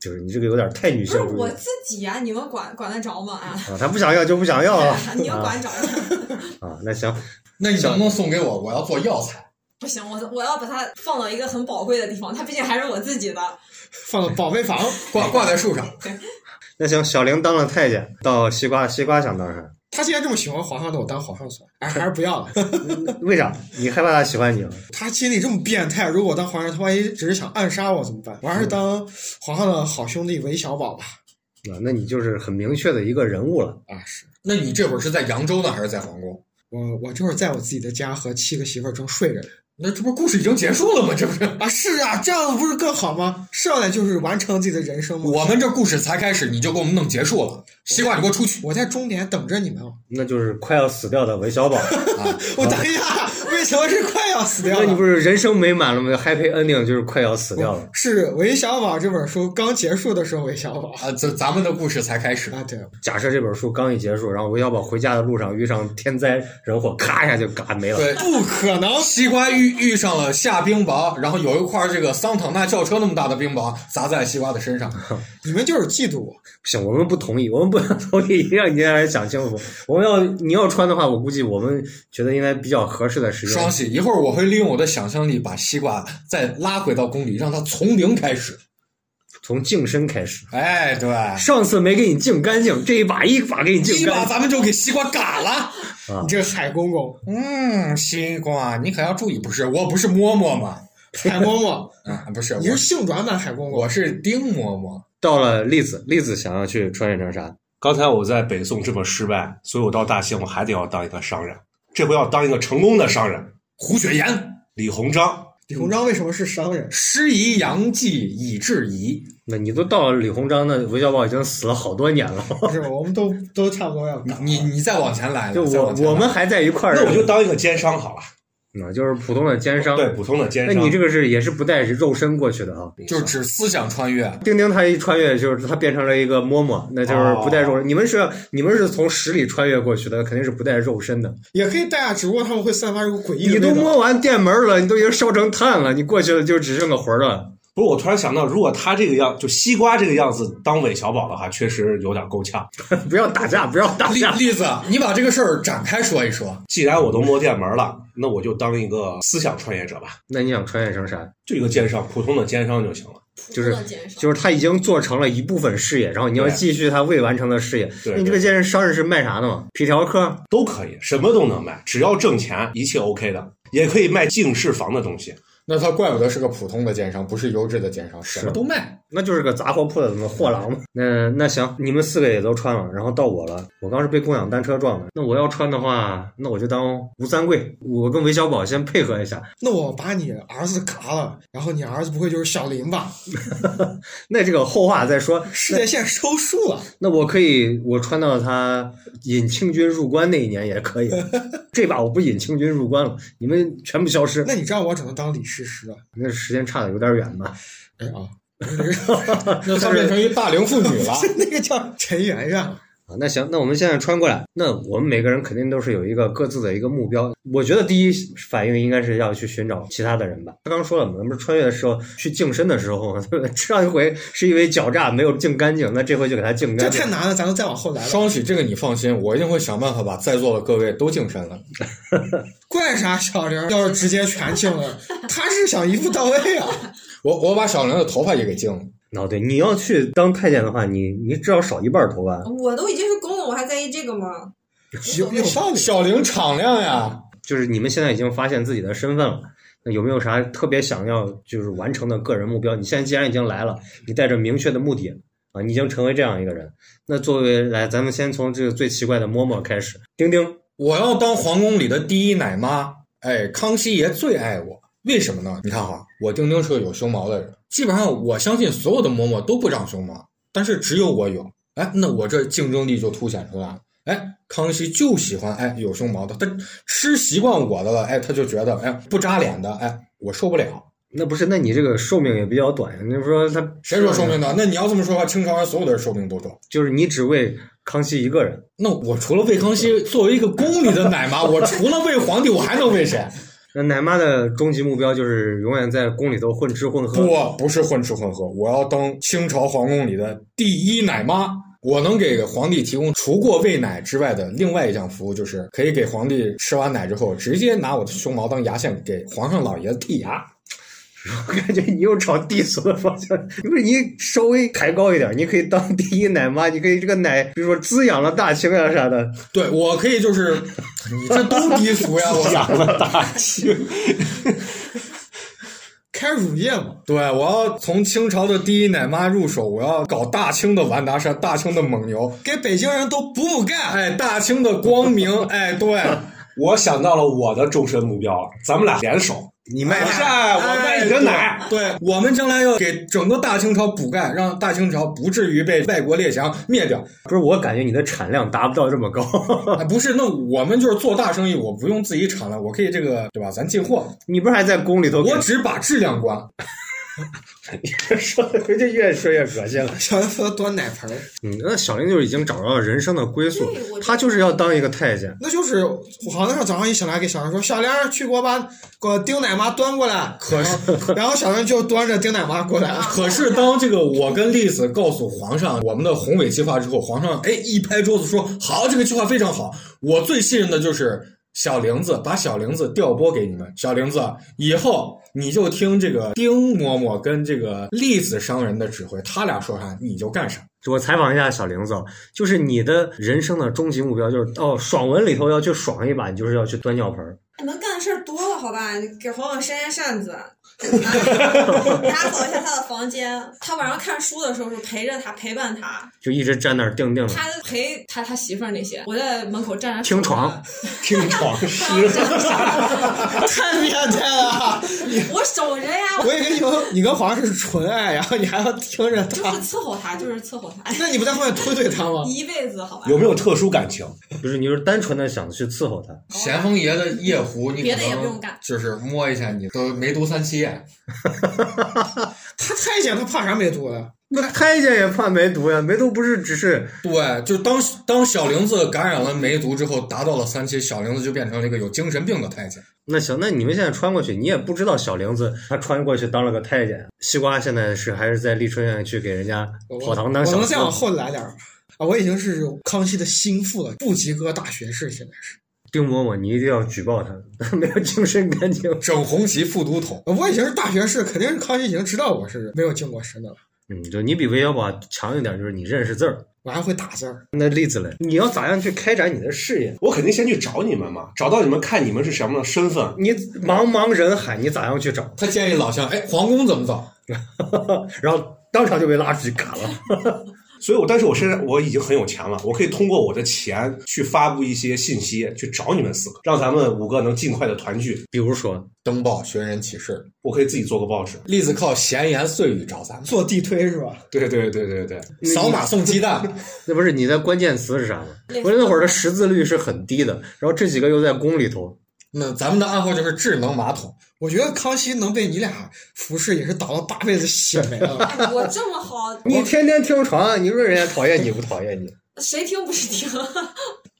Speaker 1: 就是你这个有点太女
Speaker 3: 不
Speaker 1: 性
Speaker 3: 是
Speaker 1: 主
Speaker 3: 我
Speaker 1: 义
Speaker 3: 自己呀、你们管管得着吗？啊，
Speaker 1: 啊！他不想要就不想要啊
Speaker 3: (laughs) 你们管着呀？
Speaker 1: (laughs) 啊！那行，
Speaker 2: 那你能不能送给我？我要做药材。
Speaker 3: (laughs) 不行，我我要把它放到一个很宝贵的地方，它毕竟还是我自己的。
Speaker 5: 放到保卫房。
Speaker 2: 挂挂在树上。
Speaker 1: 那行，小玲当了太监，到西瓜，西瓜想当啥？
Speaker 5: 他既然这么喜欢皇上，那我当皇上算了，哎，还是不要了。
Speaker 1: 为啥？你害怕他喜欢你吗？
Speaker 5: 他心里这么变态，如果我当皇上，他万一只是想暗杀我怎么办？我还是当皇上的好兄弟韦小宝吧。
Speaker 1: 啊，那你就是很明确的一个人物了。
Speaker 5: 啊，是
Speaker 2: 那你这会儿是在扬州呢，还是在皇宫？
Speaker 5: 我，我就是在我自己的家和七个媳妇儿中睡着呢。
Speaker 2: 那这不是故事已经结束了吗？这不是，
Speaker 5: 啊，是啊，这样不是更好吗？上来就是完成自己的人生吗？
Speaker 2: 我们这故事才开始，你就给我们弄结束了。西瓜，你给我出去！
Speaker 5: 我在终点等着你们啊！
Speaker 1: 那就是快要死掉的韦小宝。
Speaker 5: 我等一下，为什么是快要死掉
Speaker 1: 那你
Speaker 5: 了？
Speaker 1: 不是人生美满了吗？Happy ending 就是快要死掉了。
Speaker 5: 是《韦小宝》这本书刚结束的时候，韦小宝
Speaker 2: 啊，咱咱们的故事才开始。
Speaker 5: 啊，对，
Speaker 1: 假设这本书刚一结束，然后韦小宝回家的路上遇上天灾人祸，咔一下就嘎没了。
Speaker 2: 对，
Speaker 5: 不可能，
Speaker 2: 西瓜遇遇上了下冰雹，然后有一块这个桑塔纳轿车那么大的冰雹砸在西瓜的 (laughs) 身上。
Speaker 5: 你们就是嫉妒我。
Speaker 1: 不行，我们不同意，我们不能 (laughs) 同意，一定让你让人想清楚。我们要你要穿的话，我估计我们觉得应该比较合适的时间
Speaker 2: 双。喜，一会儿我会利用我的想象力把西瓜再拉回到宫里，让它从零开始。
Speaker 1: 从净身开始。
Speaker 2: 哎，对，
Speaker 1: 上次没给你净干净，这一把一把给你
Speaker 2: 一
Speaker 1: 净
Speaker 2: 把
Speaker 1: 干净。
Speaker 2: 咱们就给西瓜嘎了。
Speaker 1: 啊
Speaker 5: 你这个海公公、
Speaker 2: 嗯，西瓜，你可要注意，不是，我不是嬷嬷吗？
Speaker 5: 海嬷嬷，
Speaker 2: 啊，不是，
Speaker 5: 你
Speaker 2: 我
Speaker 5: 是性转版海公公。
Speaker 2: 我是丁嬷嬷。
Speaker 1: 到了栗子，栗子想要去穿越成啥？
Speaker 4: 刚才我在北宋这么失败，所以我到大兴我还得要当一个商人，这回要当一个成功的商人。
Speaker 2: 胡雪岩，
Speaker 4: 李鸿章，
Speaker 5: 李鸿章为什么是商人？
Speaker 2: 师夷杨继以制夷。
Speaker 1: 那你都到了李鸿章，那韦小宝已经死了好多年了。
Speaker 5: 不 (laughs) 是，我们都都差不多要
Speaker 2: 你
Speaker 5: 干。
Speaker 2: 你你再往前来了，
Speaker 1: 就
Speaker 2: 哎再
Speaker 1: 我
Speaker 2: 往前来
Speaker 1: 我们还在一块儿，
Speaker 4: 那我就当一个奸商好了。
Speaker 1: 啊，就是普通的奸商。
Speaker 4: 对，普通的奸
Speaker 1: 那
Speaker 4: 商。
Speaker 1: 你这个是也是不带肉身过去的啊？
Speaker 2: 就是指思想穿越。
Speaker 1: 丁丁他一穿越，就是他变成了一个嬷嬷，那就是
Speaker 4: 哦
Speaker 1: 不带肉身。你们是你们是从屎里穿越过去的，肯定是不带肉身的。
Speaker 5: 也可以带啊，只不过他们会散发一股诡异的
Speaker 1: 你
Speaker 5: 味道。
Speaker 1: 都摸完电门了，你都已经烧成炭了，你过去了就只剩个魂儿了。
Speaker 4: 不是，我突然想到，如果他这个样，就西瓜这个样子当韦小宝的话，确实有点够呛。
Speaker 1: 不要打架，不要打
Speaker 2: 栗
Speaker 1: 架。
Speaker 4: (laughs)
Speaker 2: 栗子，你把这个事儿展开说一说。
Speaker 4: 既然我都摸电门了，那我就当一个思想穿越者吧，
Speaker 1: 那你想穿越成啥？
Speaker 4: 就一个奸商，普通的奸商就行了。
Speaker 1: 就是
Speaker 3: 减少。
Speaker 1: 就是他已经做成了一部分事业，然后你要
Speaker 4: 对
Speaker 1: 继续他未完成的事业。
Speaker 4: 对
Speaker 1: 你这个健身商人是卖啥的嘛？皮条客，
Speaker 4: 都可以，什么都能卖，只要挣钱，一切 OK 的，也可以卖净室房的东西。
Speaker 2: 那他怪不得是个普通的奸商，不是优质的奸商，什么都卖。
Speaker 1: 那就是个杂货铺的货郎嘛。那那行，你们四个也都穿了，然后到我了。我刚是被共享单车撞的，那我要穿的话，那我就当吴三桂，我跟韦小宝先配合一下。
Speaker 5: 那我把你儿子嘎了，然后你儿子不会就是小林吧？
Speaker 1: 那这个后话再说。
Speaker 5: 世界线收束了，
Speaker 1: 那我可以，我穿到他引清军入关那一年也可以。这把我不引清军入关了，你们全部消失。
Speaker 5: 那你知道我只能当李师师了。 (laughs)
Speaker 1: 那时间差的有点远吧？
Speaker 5: 哎啊，
Speaker 2: 那他变成一大龄妇女了。
Speaker 5: 是那个叫陈圆圆，
Speaker 1: 啊，那行，那我们现在穿过来，那我们每个人肯定都是有一个各自的一个目标。我觉得第一反应应该是要去寻找其他的人吧。他刚说了，我们穿越的时候去净身的时候， (laughs) 上一回是因为狡诈没有净干净，那这回就给他净
Speaker 5: 这
Speaker 1: 干净
Speaker 5: 太。难了，咱们再往后来了。
Speaker 2: 双喜，这个你放心，我一定会想办法把在座的各位都净身了。
Speaker 5: 怪啥小玲要是直接全净了，他是想一步到位啊。 (laughs)
Speaker 2: 我我把小玲的头发也给净了。
Speaker 1: 哦，对，你要去当太监的话，你你至少少一半头
Speaker 5: 哦
Speaker 1: 发，
Speaker 6: 我都已经是公了，我还在意这个
Speaker 1: (laughs)
Speaker 6: 吗？
Speaker 5: 有有道理，
Speaker 2: 小玲敞亮呀，
Speaker 1: 就是你们现在已经发现自己的身份了。那有没有啥特别想要就是完成的个人目标？你现在既然已经来了，你带着明确的目的啊，你已经成为这样一个人。那作为来，咱们先从这个最奇怪的嬷嬷开始。丁丁，
Speaker 2: 我要当皇宫里的第一奶妈。哎，康熙爷最爱我，为什么呢？你看哈，我丁丁是个有胸毛的人，基本上我相信所有的嬷嬷都不长胸毛，但是只有我有。哎，那我这竞争力就凸显出来了。哎，康熙就喜欢哎有胸毛的，他吃习惯我的了，哎，他就觉得哎不扎脸的，哎我受不了。
Speaker 1: 那不是？那你这个寿命也比较短呀。你说他
Speaker 2: 谁说寿命短？那你要这么说的话，清朝人所有的人寿命都短。
Speaker 1: 就是你只为康熙一个人？
Speaker 2: 那我除了为康熙，作为一个宫里的奶妈，我除了为皇帝，我还能为谁？
Speaker 1: 那奶妈的终极目标就是永远在宫里头混吃混喝。
Speaker 2: 不，不是混吃混喝，我要当清朝皇宫里的第一奶妈。我能给皇帝提供除过喂奶之外的另外一项服务，就是可以给皇帝吃完奶之后，直接拿我的胸毛当牙线给皇上老爷子剔牙。
Speaker 1: 我感觉你又朝低俗的方向，不是你稍微抬高一点，你可以当第一奶妈，你可以这个奶，比如说滋养了大清啊啥的。
Speaker 2: 对，我可以就是， (laughs) 你这都低俗呀！我
Speaker 5: 开乳液嘛，
Speaker 2: 对，我要从清朝的第一奶妈入手，我要搞大清的完达山，大清的蒙牛，
Speaker 5: 给北京人都补补钙。
Speaker 2: 哎，大清的光明，哎，对，
Speaker 4: 我想到了我的终身目标了，咱们俩联手，
Speaker 1: 你
Speaker 4: 我
Speaker 1: 卖
Speaker 4: 是爱哎我卖你的
Speaker 1: 哎
Speaker 4: 奶。
Speaker 2: 哎对我们将来要给整个大清朝补钙，让大清朝不至于被外国列强灭掉。
Speaker 1: 不是？我感觉你的产量达不到这么高。
Speaker 2: 啊，不是，那我们就是做大生意，我不用自己产了，我可以这个对吧？咱进货，
Speaker 1: 你不是还在宫里头给？
Speaker 2: 我只把质量关。
Speaker 1: 说 (laughs) 的就越说越恶心了。
Speaker 5: 小玲负责端奶盆儿，
Speaker 1: 嗯，那小玲就是已经找到了人生的归宿
Speaker 3: 对我，
Speaker 1: 她就是要当一个太监。
Speaker 5: 那就是我好像那时候早上一醒来，给小玲说：“小玲儿，去给我把给我丁奶妈端过来。”
Speaker 2: 可是
Speaker 5: 然后小玲就端着丁奶妈过来
Speaker 3: 啊
Speaker 5: 了。
Speaker 2: 可是，当这个我跟栗子告诉皇上我们的宏伟计划之后，皇上哎一拍桌子说：“好，这个计划非常好。”我最信任的就是小玲子，把小玲子调拨给你们。小玲子，啊以后你就听这个丁嬷嬷跟这个栗子商人的指挥，他俩说啥你就干啥。
Speaker 1: 我采访一下小玲子啊，就是你的人生的终极目标就是哦，爽文里头要去爽一把，你就是要去端尿盆儿。 (laughs)
Speaker 6: 能干的事儿多了，好吧？你给皇上扇扇扇子，打扫一下他的房间。他晚上看书的时候是陪着他，陪伴他。
Speaker 1: 就一直站那儿定定的。
Speaker 3: 他陪他他媳妇儿那些，我在门口站着
Speaker 1: 听床
Speaker 3: 守着
Speaker 4: (laughs) 听床师，
Speaker 5: (laughs)
Speaker 4: (laughs)
Speaker 5: 太变态了！
Speaker 3: (laughs) 我守着呀，
Speaker 1: (laughs)
Speaker 5: 我以为你们你跟皇上是纯爱，然后你还要听着
Speaker 3: 就
Speaker 5: 他
Speaker 3: 是，伺候他，就是伺候他， (laughs)
Speaker 5: 那你不在后面推推他吗？
Speaker 6: 一辈子好吧？
Speaker 4: 有没有特殊感情？
Speaker 1: 不是，你就是单纯的想去伺候他，
Speaker 2: 咸丰爷的夜壶，你
Speaker 3: 别
Speaker 2: 可
Speaker 3: 的也不
Speaker 2: 能
Speaker 3: 用干
Speaker 2: 就是摸一下你都没读三七啊眼，
Speaker 5: 他太监他怕啥没毒了？
Speaker 1: (laughs) 那太监也怕梅毒呀，梅毒不是只是
Speaker 2: 对，就当当小玲子感染了梅毒之后，达到了三期，小玲子就变成了一个有精神病的太监。
Speaker 1: 那行，那你们现在穿过去，你也不知道小玲子她穿过去当了个太监。西瓜现在是还是在丽春院去给人家
Speaker 5: 我
Speaker 1: 跑堂当
Speaker 5: 我
Speaker 1: 小
Speaker 5: 能嗯再
Speaker 1: 偷，
Speaker 5: 往后来点儿吗？啊，我已经是康熙的心腹了，不及格大学士，现在是。
Speaker 1: 丁嬷嬷你一定要举报他，没有精神感情。
Speaker 2: 整红旗副都统，
Speaker 5: 我已经是大学士，肯定是康熙已经知道我是没有进过身的了，
Speaker 1: 嗯，就你比韦小宝强一点，就是你认识字儿。
Speaker 5: 我还会打字儿。
Speaker 1: 那例子嘞，你要咋样去开展你的事业？
Speaker 4: 我肯定先去找你们嘛，找到你们看你们是什么身份。
Speaker 1: 你茫茫人海，你咋样去找？ (laughs)
Speaker 2: 他建议老乡，哎，皇宫怎么造？
Speaker 1: 然后当场就被拉出去砍了。 (laughs)
Speaker 4: 所以我，但是我现在我已经很有钱了，我可以通过我的钱去发布一些信息，去找你们四个，让咱们五个能尽快的团聚。
Speaker 1: 比如说，
Speaker 2: 登报寻人启事，
Speaker 4: 我可以自己做个报纸。
Speaker 2: 栗子靠闲言碎语找咱们，
Speaker 5: 做地推是吧？
Speaker 4: 对对对对对，
Speaker 2: 扫码送鸡蛋。 (laughs)
Speaker 1: 那不是你的关键词是啥吗？
Speaker 3: 类似
Speaker 1: 我觉得那会儿的识字率是很低的，然后这几个又在宫里头，
Speaker 2: 那咱们的暗号就是智能马桶。
Speaker 5: 我觉得康熙能被你俩服侍，也是倒了八辈子血霉了。 (laughs)
Speaker 3: (laughs)
Speaker 6: 哎我这么好，
Speaker 1: 你天天听床，你说人家讨厌你不讨厌你？
Speaker 3: 谁听不是听。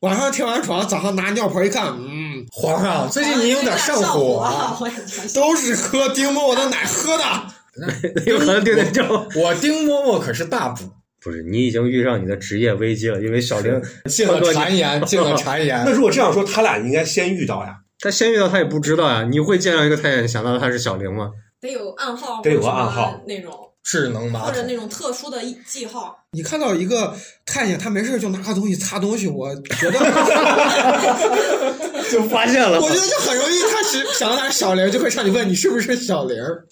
Speaker 5: 晚上听完床，早上拿尿盆一看，嗯，
Speaker 2: 皇上，最近您有点上火啊。
Speaker 3: 我也觉得
Speaker 5: 都是喝丁嬷嬷的奶喝的。
Speaker 1: (laughs) 有可能对对症。
Speaker 2: 我丁嬷嬷可是大补，
Speaker 1: 不是，你已经遇上你的职业危机了，因为小 (laughs) 玲
Speaker 2: 进了谗言，进了谗
Speaker 4: 那
Speaker 2: 言。
Speaker 4: 如果这样说，他俩应该先遇到呀，
Speaker 1: 她先遇到她也不知道呀、你会见到一个太监，想到她是小玲吗？
Speaker 3: 得有暗号，
Speaker 4: 得有个暗号
Speaker 3: 那种，
Speaker 2: 智能
Speaker 5: 啊
Speaker 2: 马
Speaker 3: 或者
Speaker 2: 桶，
Speaker 3: 那种特殊的记号。
Speaker 5: 你看到一个太监，他没事就拿个东西擦东西，我觉得，
Speaker 1: (laughs) 就发现了
Speaker 5: 我觉得这很容易，他是想到他是小玲儿，就会上去问你是不是小玲儿，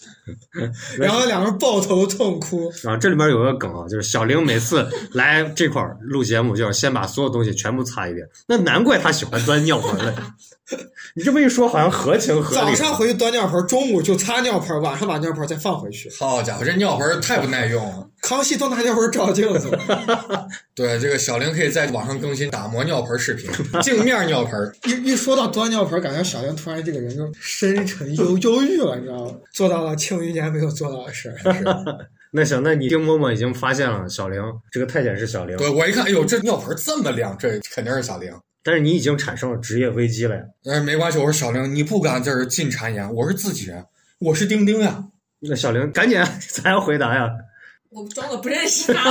Speaker 5: 然后两个人抱头痛哭。
Speaker 1: (laughs) 啊，这里面有个梗啊，就是小玲每次来这块儿录节目，就要先把所有东西全部擦一遍。那难怪她喜欢钻尿盆嘞。 (laughs) 你这么一说，好像合情合理。
Speaker 5: 早上回去端尿盆，中午就擦尿盆，晚上把尿盆再放回去。
Speaker 2: 好家伙，这尿盆太不耐用了。
Speaker 5: 康熙都拿尿盆照镜子，
Speaker 2: (laughs) 对，这个小玲可以在网上更新打磨尿盆视频，镜面尿盆。
Speaker 5: 一一说到端尿盆，感觉小玲突然这个人就深沉忧忧郁了，你知道吗？做到了庆余年没有做到的事儿。 (laughs)
Speaker 1: 那行，那你丁嬷嬷已经发现了小玲这个太监是小玲，
Speaker 2: 对我一看，哎呦，这尿盆这么亮，这肯定是小玲。
Speaker 1: 但是你已经产生了职业危机了呀。
Speaker 2: 哎，没关系，我说小玲，你不敢在这儿进谗言，我是自己人，我是丁丁呀。
Speaker 1: 那小玲，赶紧啊 (laughs) 咱要回答呀！
Speaker 3: 我装作不认识他，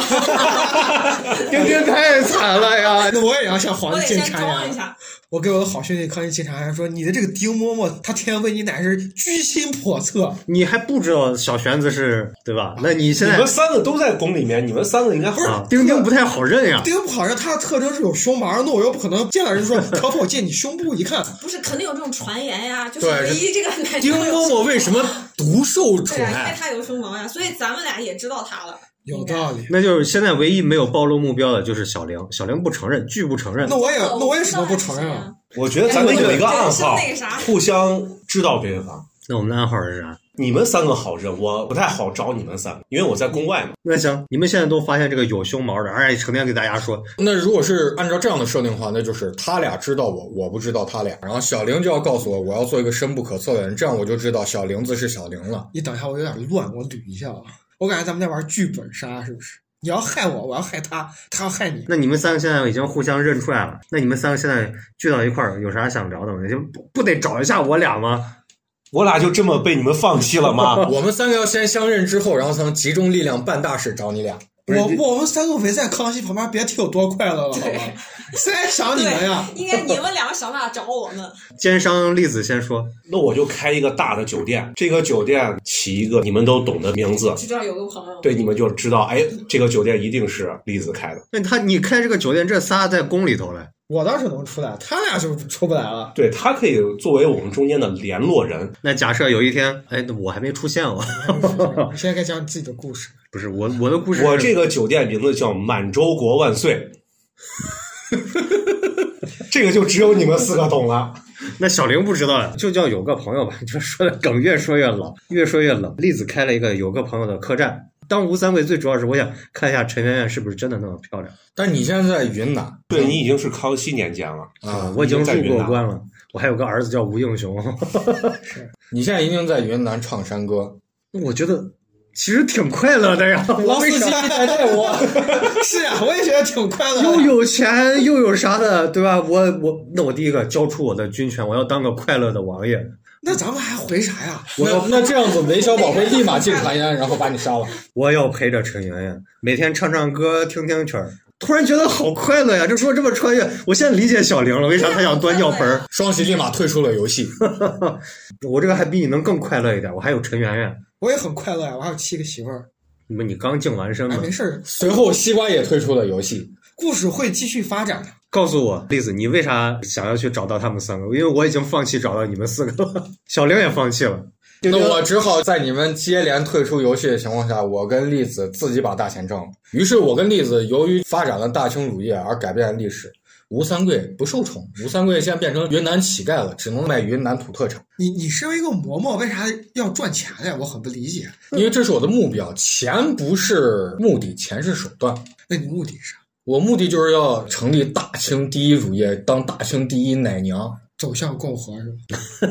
Speaker 1: 丁丁 (laughs) 太惨了呀！
Speaker 5: (laughs) 那我也要向皇
Speaker 3: 我
Speaker 5: 帝
Speaker 3: 得
Speaker 5: 进
Speaker 3: 先
Speaker 5: 谗
Speaker 3: 装一
Speaker 5: 言。
Speaker 3: 下。
Speaker 5: 我给我的好兄弟康熙进谗言说：“你的这个丁嬷嬷，她天天喂你奶是居心叵测。
Speaker 1: 你还不知道小玄子是对吧？那你
Speaker 6: 嗯
Speaker 1: 现
Speaker 4: 你
Speaker 1: 在
Speaker 4: 们三个都在宫里面，你们三个应该很
Speaker 1: 啊，丁丁不太好认呀。
Speaker 5: 丁不好像她的特征是有胸毛，那我又不可能见到人就说可否借你胸部一看，
Speaker 3: 不是，肯定有这种传言呀，就是
Speaker 2: 对
Speaker 3: 唯一这个男
Speaker 2: 丁嬷嬷为什哎么独受宠
Speaker 6: 对啊，因为
Speaker 2: 爱？
Speaker 6: 他有胸毛呀，所以咱们俩也知道他了。
Speaker 5: 有道理。
Speaker 1: 那就是现在唯一没有暴露目标的就是小玲，小玲不承认，拒不承认
Speaker 5: 那。我也哎那我也
Speaker 3: 为
Speaker 5: 什么不承认啊？？
Speaker 4: 我觉得咱们有一个暗
Speaker 6: 哎
Speaker 4: 号
Speaker 6: 我觉得是那个啥，
Speaker 4: 互相知道对方。
Speaker 1: 那我们的暗号是啥？
Speaker 4: 你们三个好认，我不太好找你们三个，因为我在宫外嘛。
Speaker 1: 那行，你们现在都发现这个有胸毛的，而且成天给大家说，
Speaker 2: 那如果是按照这样的设定的话，那就是他俩知道我，我不知道他俩。然后小玲就要告诉我，我要做一个深不可测的人，这样我就知道小玲子是小玲了。
Speaker 5: 你等一下，我有点乱，我捋一下啊。我感觉咱们在玩剧本杀，是不是？你要害我，我要害他，他要害你。
Speaker 1: 那你们三个现在已经互相认出来了，那你们三个现在聚到一块儿有啥想聊的吗？就不不得找一下我俩吗？
Speaker 4: 我俩就这么被你们放弃了
Speaker 1: 啊
Speaker 4: 吗？
Speaker 2: 我们三个要先相认之后，然后才能集中力量办大事，找你俩。
Speaker 1: 不是
Speaker 5: 我
Speaker 1: 你
Speaker 5: 我们三个围在康熙旁边，别提有多快乐了，好吧？谁还想你们呀？
Speaker 6: 应该你们两个想办法找我们。
Speaker 1: 奸商栗子先说，
Speaker 4: 那我就开一个大的酒店，这个酒店起一个你们都懂的名字，
Speaker 3: (laughs) 就知道有个朋友，
Speaker 4: 对，你们就知道，哎，这个酒店一定是栗子开的。
Speaker 1: 那他你开这个酒店，这仨在宫里头嘞，
Speaker 5: 我倒是能出来，他俩就出不来了。
Speaker 4: (laughs) 对他可以作为我们中间的联络人，
Speaker 1: 那假设有一天，哎，那我还没出现哦， (laughs)
Speaker 5: 你现在该讲你自己的故事。
Speaker 1: 不是我我的故事是，
Speaker 4: 我这个酒店名字叫满洲国万 (laughs) 岁，这个就只有你们四个懂了。
Speaker 1: 那小玲不知道呀，就叫有个朋友吧， (laughs) 就说的梗越说越老，越说越冷。栗子开了一个有个朋友的客栈。当吴三桂最主要是我想看一下陈圆圆是不是真的那么漂亮
Speaker 2: 但你现在在云南
Speaker 4: 对你已经是康熙年间 (laughs) 了，
Speaker 2: 啊，
Speaker 1: 我已经
Speaker 4: 在
Speaker 1: 入
Speaker 4: 云
Speaker 1: 过
Speaker 4: 南
Speaker 1: 关了，我还有个儿子叫吴应雄， (laughs)
Speaker 2: 你现在已经在云南唱山歌。
Speaker 1: 我觉得其实挺快乐的呀。
Speaker 5: 老司机来带我， (laughs) 是呀、我也觉得挺快乐
Speaker 1: 又
Speaker 5: 的。
Speaker 1: 有钱又有啥的，对吧？我我那我第一个交出我的军权，我要当个快乐的王爷。
Speaker 5: 那咱们还回啥呀？
Speaker 1: 我要
Speaker 2: 那那这样子，韦小宝会立马进团烟，然后把你杀了。
Speaker 1: 我要陪着陈圆圆，每天唱唱歌，听听曲儿，突然觉得好快乐呀！这说这么穿越，我现在理解小玲了，为啥她想端尿盆儿？
Speaker 2: 双喜立马退出了游戏。
Speaker 1: 我这个还比你能更快乐一点，我还有陈圆圆。
Speaker 5: 我也很快乐呀、我还有七个媳妇儿。
Speaker 1: 你们你刚净完身
Speaker 5: 哎，
Speaker 1: 吗
Speaker 5: 没？事儿，
Speaker 2: 随后，西瓜也退出了游戏。
Speaker 5: 故事会继续发展的。
Speaker 1: 告诉我，栗子，你为啥想要去找到他们三个？因为我已经放弃找到你们四个了，小玲也放弃了。
Speaker 2: 那我只好在你们接连退出游戏的情况下，我跟栗子自己把大钱挣了。于是，我跟栗子由于发展了大清乳业而改变了历史。吴三桂不受宠，吴三桂现在变成云南乞丐了，只能卖云南土特产。
Speaker 5: 你你身为一个嬷嬷，为啥要赚钱呀？我很不理解。
Speaker 2: 因为这是我的目标，钱不是目的，钱是手段。
Speaker 5: 那你目的是啥？
Speaker 2: 我目的就是要成立大清第一乳业，当大清第一奶娘。
Speaker 5: 走向共和是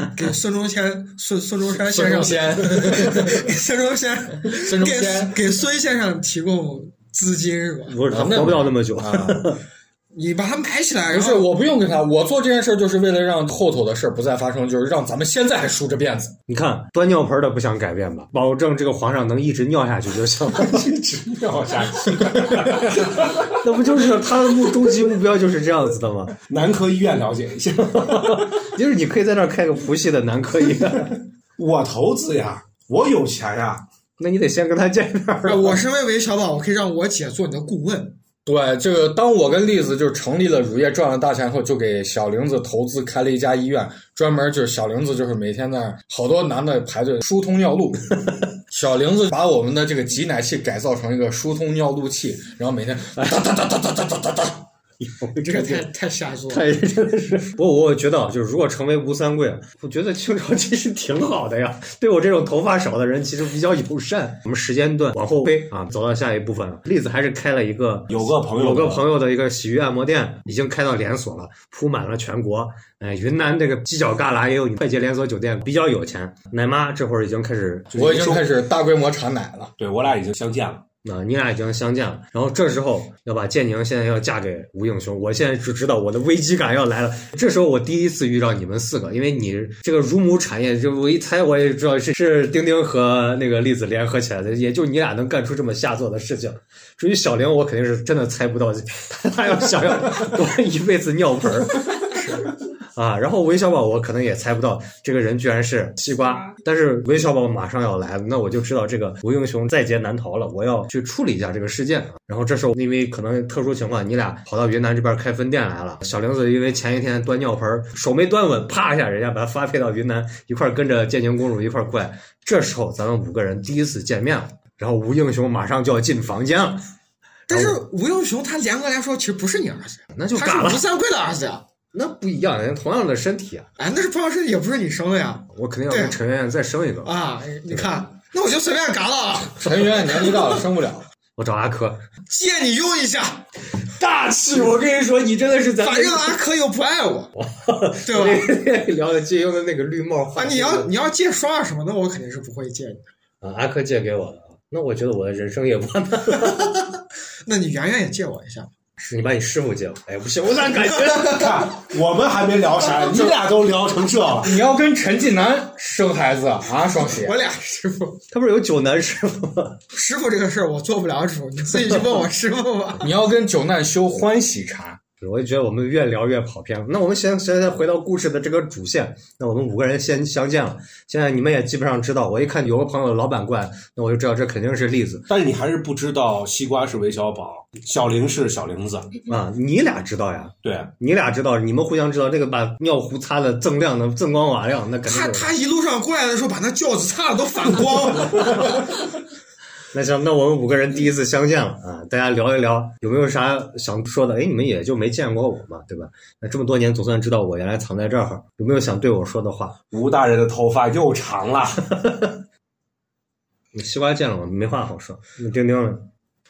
Speaker 5: 吧？给孙中山、孙孙中山
Speaker 2: 孙
Speaker 5: 先
Speaker 2: 中
Speaker 5: 生、
Speaker 2: 仙，
Speaker 5: (laughs) 给孙中山、
Speaker 2: 孙中
Speaker 5: 给
Speaker 2: 仙
Speaker 5: (laughs) 给孙先生提供资金是吧？
Speaker 1: 不是，他
Speaker 2: 啊那
Speaker 1: 活不了那么久。
Speaker 2: 啊，
Speaker 5: 你把他买起来，啊
Speaker 2: 不
Speaker 5: 然
Speaker 2: 是，
Speaker 5: 后
Speaker 2: 我不用跟他，我做这件事儿就是为了让后头的事儿不再发生，就是让咱们现在还梳着辫子。
Speaker 1: 你看，端尿盆的不想改变吧？保证这个皇上能一直尿下去就行了。
Speaker 4: 掉啊下 (laughs) 去。
Speaker 1: 那不就是他的目终极目标就是这样子的吗？
Speaker 4: 男科医院了解一下，
Speaker 1: 就是你可以在那儿开个谱系的男科医院，
Speaker 4: 我投资呀，我有钱呀，
Speaker 1: 那你得先跟他见面儿
Speaker 5: 哎
Speaker 1: 啊。 (laughs)
Speaker 5: 我身为韦小宝，我可以让我姐做你的顾问。
Speaker 2: 对，这个当我跟栗子就是成立了乳业赚了大钱后，就给小玲子投资开了一家医院，专门就是小玲子就是每天在那儿好多男的排队疏通尿路， (laughs) 小玲子把我们的这个挤奶器改造成一个疏通尿路器，然后每天哒哒哒哒哒哒哒哒哒，
Speaker 5: 你这个太太下作了。
Speaker 1: 太 (laughs) 真的是，不过我觉得啊，就是如果成为吴三桂，啊我觉得清朝其实挺好的呀，对我这种头发少的人其实比较友善。我们时间段往后推啊，走到下一部分了。栗子还是开了一个
Speaker 4: 有个朋友，
Speaker 1: 有个朋友的一个洗浴按摩店，已经开到连锁了，铺满了全国。哎，云南这个犄角旮旯也有快捷连锁酒店，比较有钱。奶妈这会儿已经开始
Speaker 2: 我已经开始大规模产奶了。
Speaker 4: 对我俩已经相见了。
Speaker 1: 啊，你俩已经相见了，然后这时候要把建宁现在要嫁给吴应雄，我现在就知道我的危机感要来了。这时候我第一次遇到你们四个，因为你这个乳母产业，就我一猜我也知道是是丁丁和那个栗子联合起来的，也就你俩能干出这么下作的事情。至于小玲，我肯定是真的猜不到， (laughs) 她她要想要端一辈子尿盆儿。啊，然后韦小宝我可能也猜不到，这个人居然是西
Speaker 5: 啊
Speaker 1: 瓜。但是韦小宝马上要来了，那我就知道这个吴英雄在劫难逃了，我要去处理一下这个事件。然后这时候因为可能特殊情况，你俩跑到云南这边开分店来了。小玲子因为前一天端尿盆儿手没端稳，啪一下人家把他发配到云南，一块儿跟着建宁公主一块儿过来。这时候咱们五个人第一次见面了，然后吴英雄马上就要进房间了，
Speaker 5: 但是吴英雄他严格来说其实不是你儿子，
Speaker 1: 那就嘎
Speaker 5: 他
Speaker 1: 了
Speaker 5: 是吴，三桂的儿子呀。
Speaker 1: 那不一样，人家同样的身体啊，
Speaker 5: 哎，那是不知道是也不是你生的呀。
Speaker 1: 我肯定要跟陈圆圆再生一个。
Speaker 5: 啊，你看，那我就随便嘎了，啊
Speaker 2: 陈圆圆年纪大了生不了，
Speaker 1: 我找阿珂，
Speaker 5: 借你用一下，
Speaker 1: 大气！我跟你说，你真的是咱
Speaker 5: 反啊正阿珂又不爱我，对吧？
Speaker 1: (laughs) 聊的借用的那个绿帽话
Speaker 5: 啊，你要你要借双耳什么的，我肯定是不会借你。
Speaker 1: 啊，阿珂借给我的，那我觉得我的人生也完蛋。 (laughs)
Speaker 5: 那你圆圆也借我一下，
Speaker 1: 你把你师傅借我， (laughs) 哎，不行，我咋感觉？
Speaker 4: 看，我们还没
Speaker 1: (laughs)
Speaker 4: 聊啥，你俩都聊成这了。
Speaker 2: 你要跟陈近南生孩子啊，双喜
Speaker 5: 我。俩师傅
Speaker 1: 他不是有九男师傅吗？ (laughs)
Speaker 2: (laughs)
Speaker 5: 师傅这个事儿我做不了主，你自己去问我师傅吧。
Speaker 2: 你要跟九难修欢喜茶，
Speaker 1: 我也觉得我们越聊越跑偏了。那我们先现在回到故事的这个主线，那我们五个人先相见了。现在你们也基本上知道，我一看有个朋友老板过来，那我就知道这肯定是栗子
Speaker 4: 但是你还是不知道西瓜是韦小宝，小玲是小玲子。
Speaker 1: 啊。你俩知道呀？
Speaker 4: 对，
Speaker 1: 你俩知道，你们互相知道，这个把尿壶擦的锃亮的锃光瓦亮，那肯定
Speaker 5: 他
Speaker 1: 是
Speaker 5: 他一路上过来的时候，把那轿子擦的都反光了。 (laughs)
Speaker 1: 那行，那我们五个人第一次相见了啊，大家聊一聊有没有啥想说的？哎，你们也就没见过我嘛，对吧？那这么多年总算知道我原来藏在这儿，有没有想对我说的话？
Speaker 4: 吴大人的头发又长了。 (laughs)
Speaker 1: 西瓜见了我没话好说，那丁丁呢？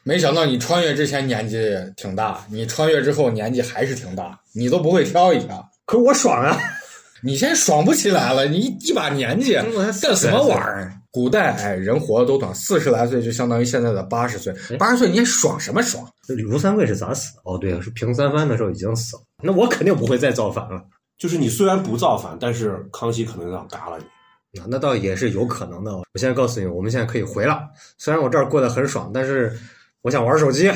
Speaker 2: 没想到你穿越之前年纪挺大，你穿越之后年纪还是挺大，你都不会挑一下，
Speaker 1: 可我爽啊！
Speaker 2: 你现在爽不起来了，你一一把年纪。
Speaker 1: 我才
Speaker 2: 干什么玩意儿？古代哎，人活的都短，四十来岁就相当于现在的八十岁
Speaker 1: 哎。
Speaker 2: 八十岁你还爽什么爽？
Speaker 1: 卢三桂是咋死的？哦，对，是平三番的时候已经死了。那我肯定不会再造反了。
Speaker 4: 就是你虽然不造反，但是康熙可能要嘎了你。
Speaker 1: 啊那倒也是有可能的。我现在告诉你，我们现在可以回了。虽然我这儿过得很爽，但是我想玩手机，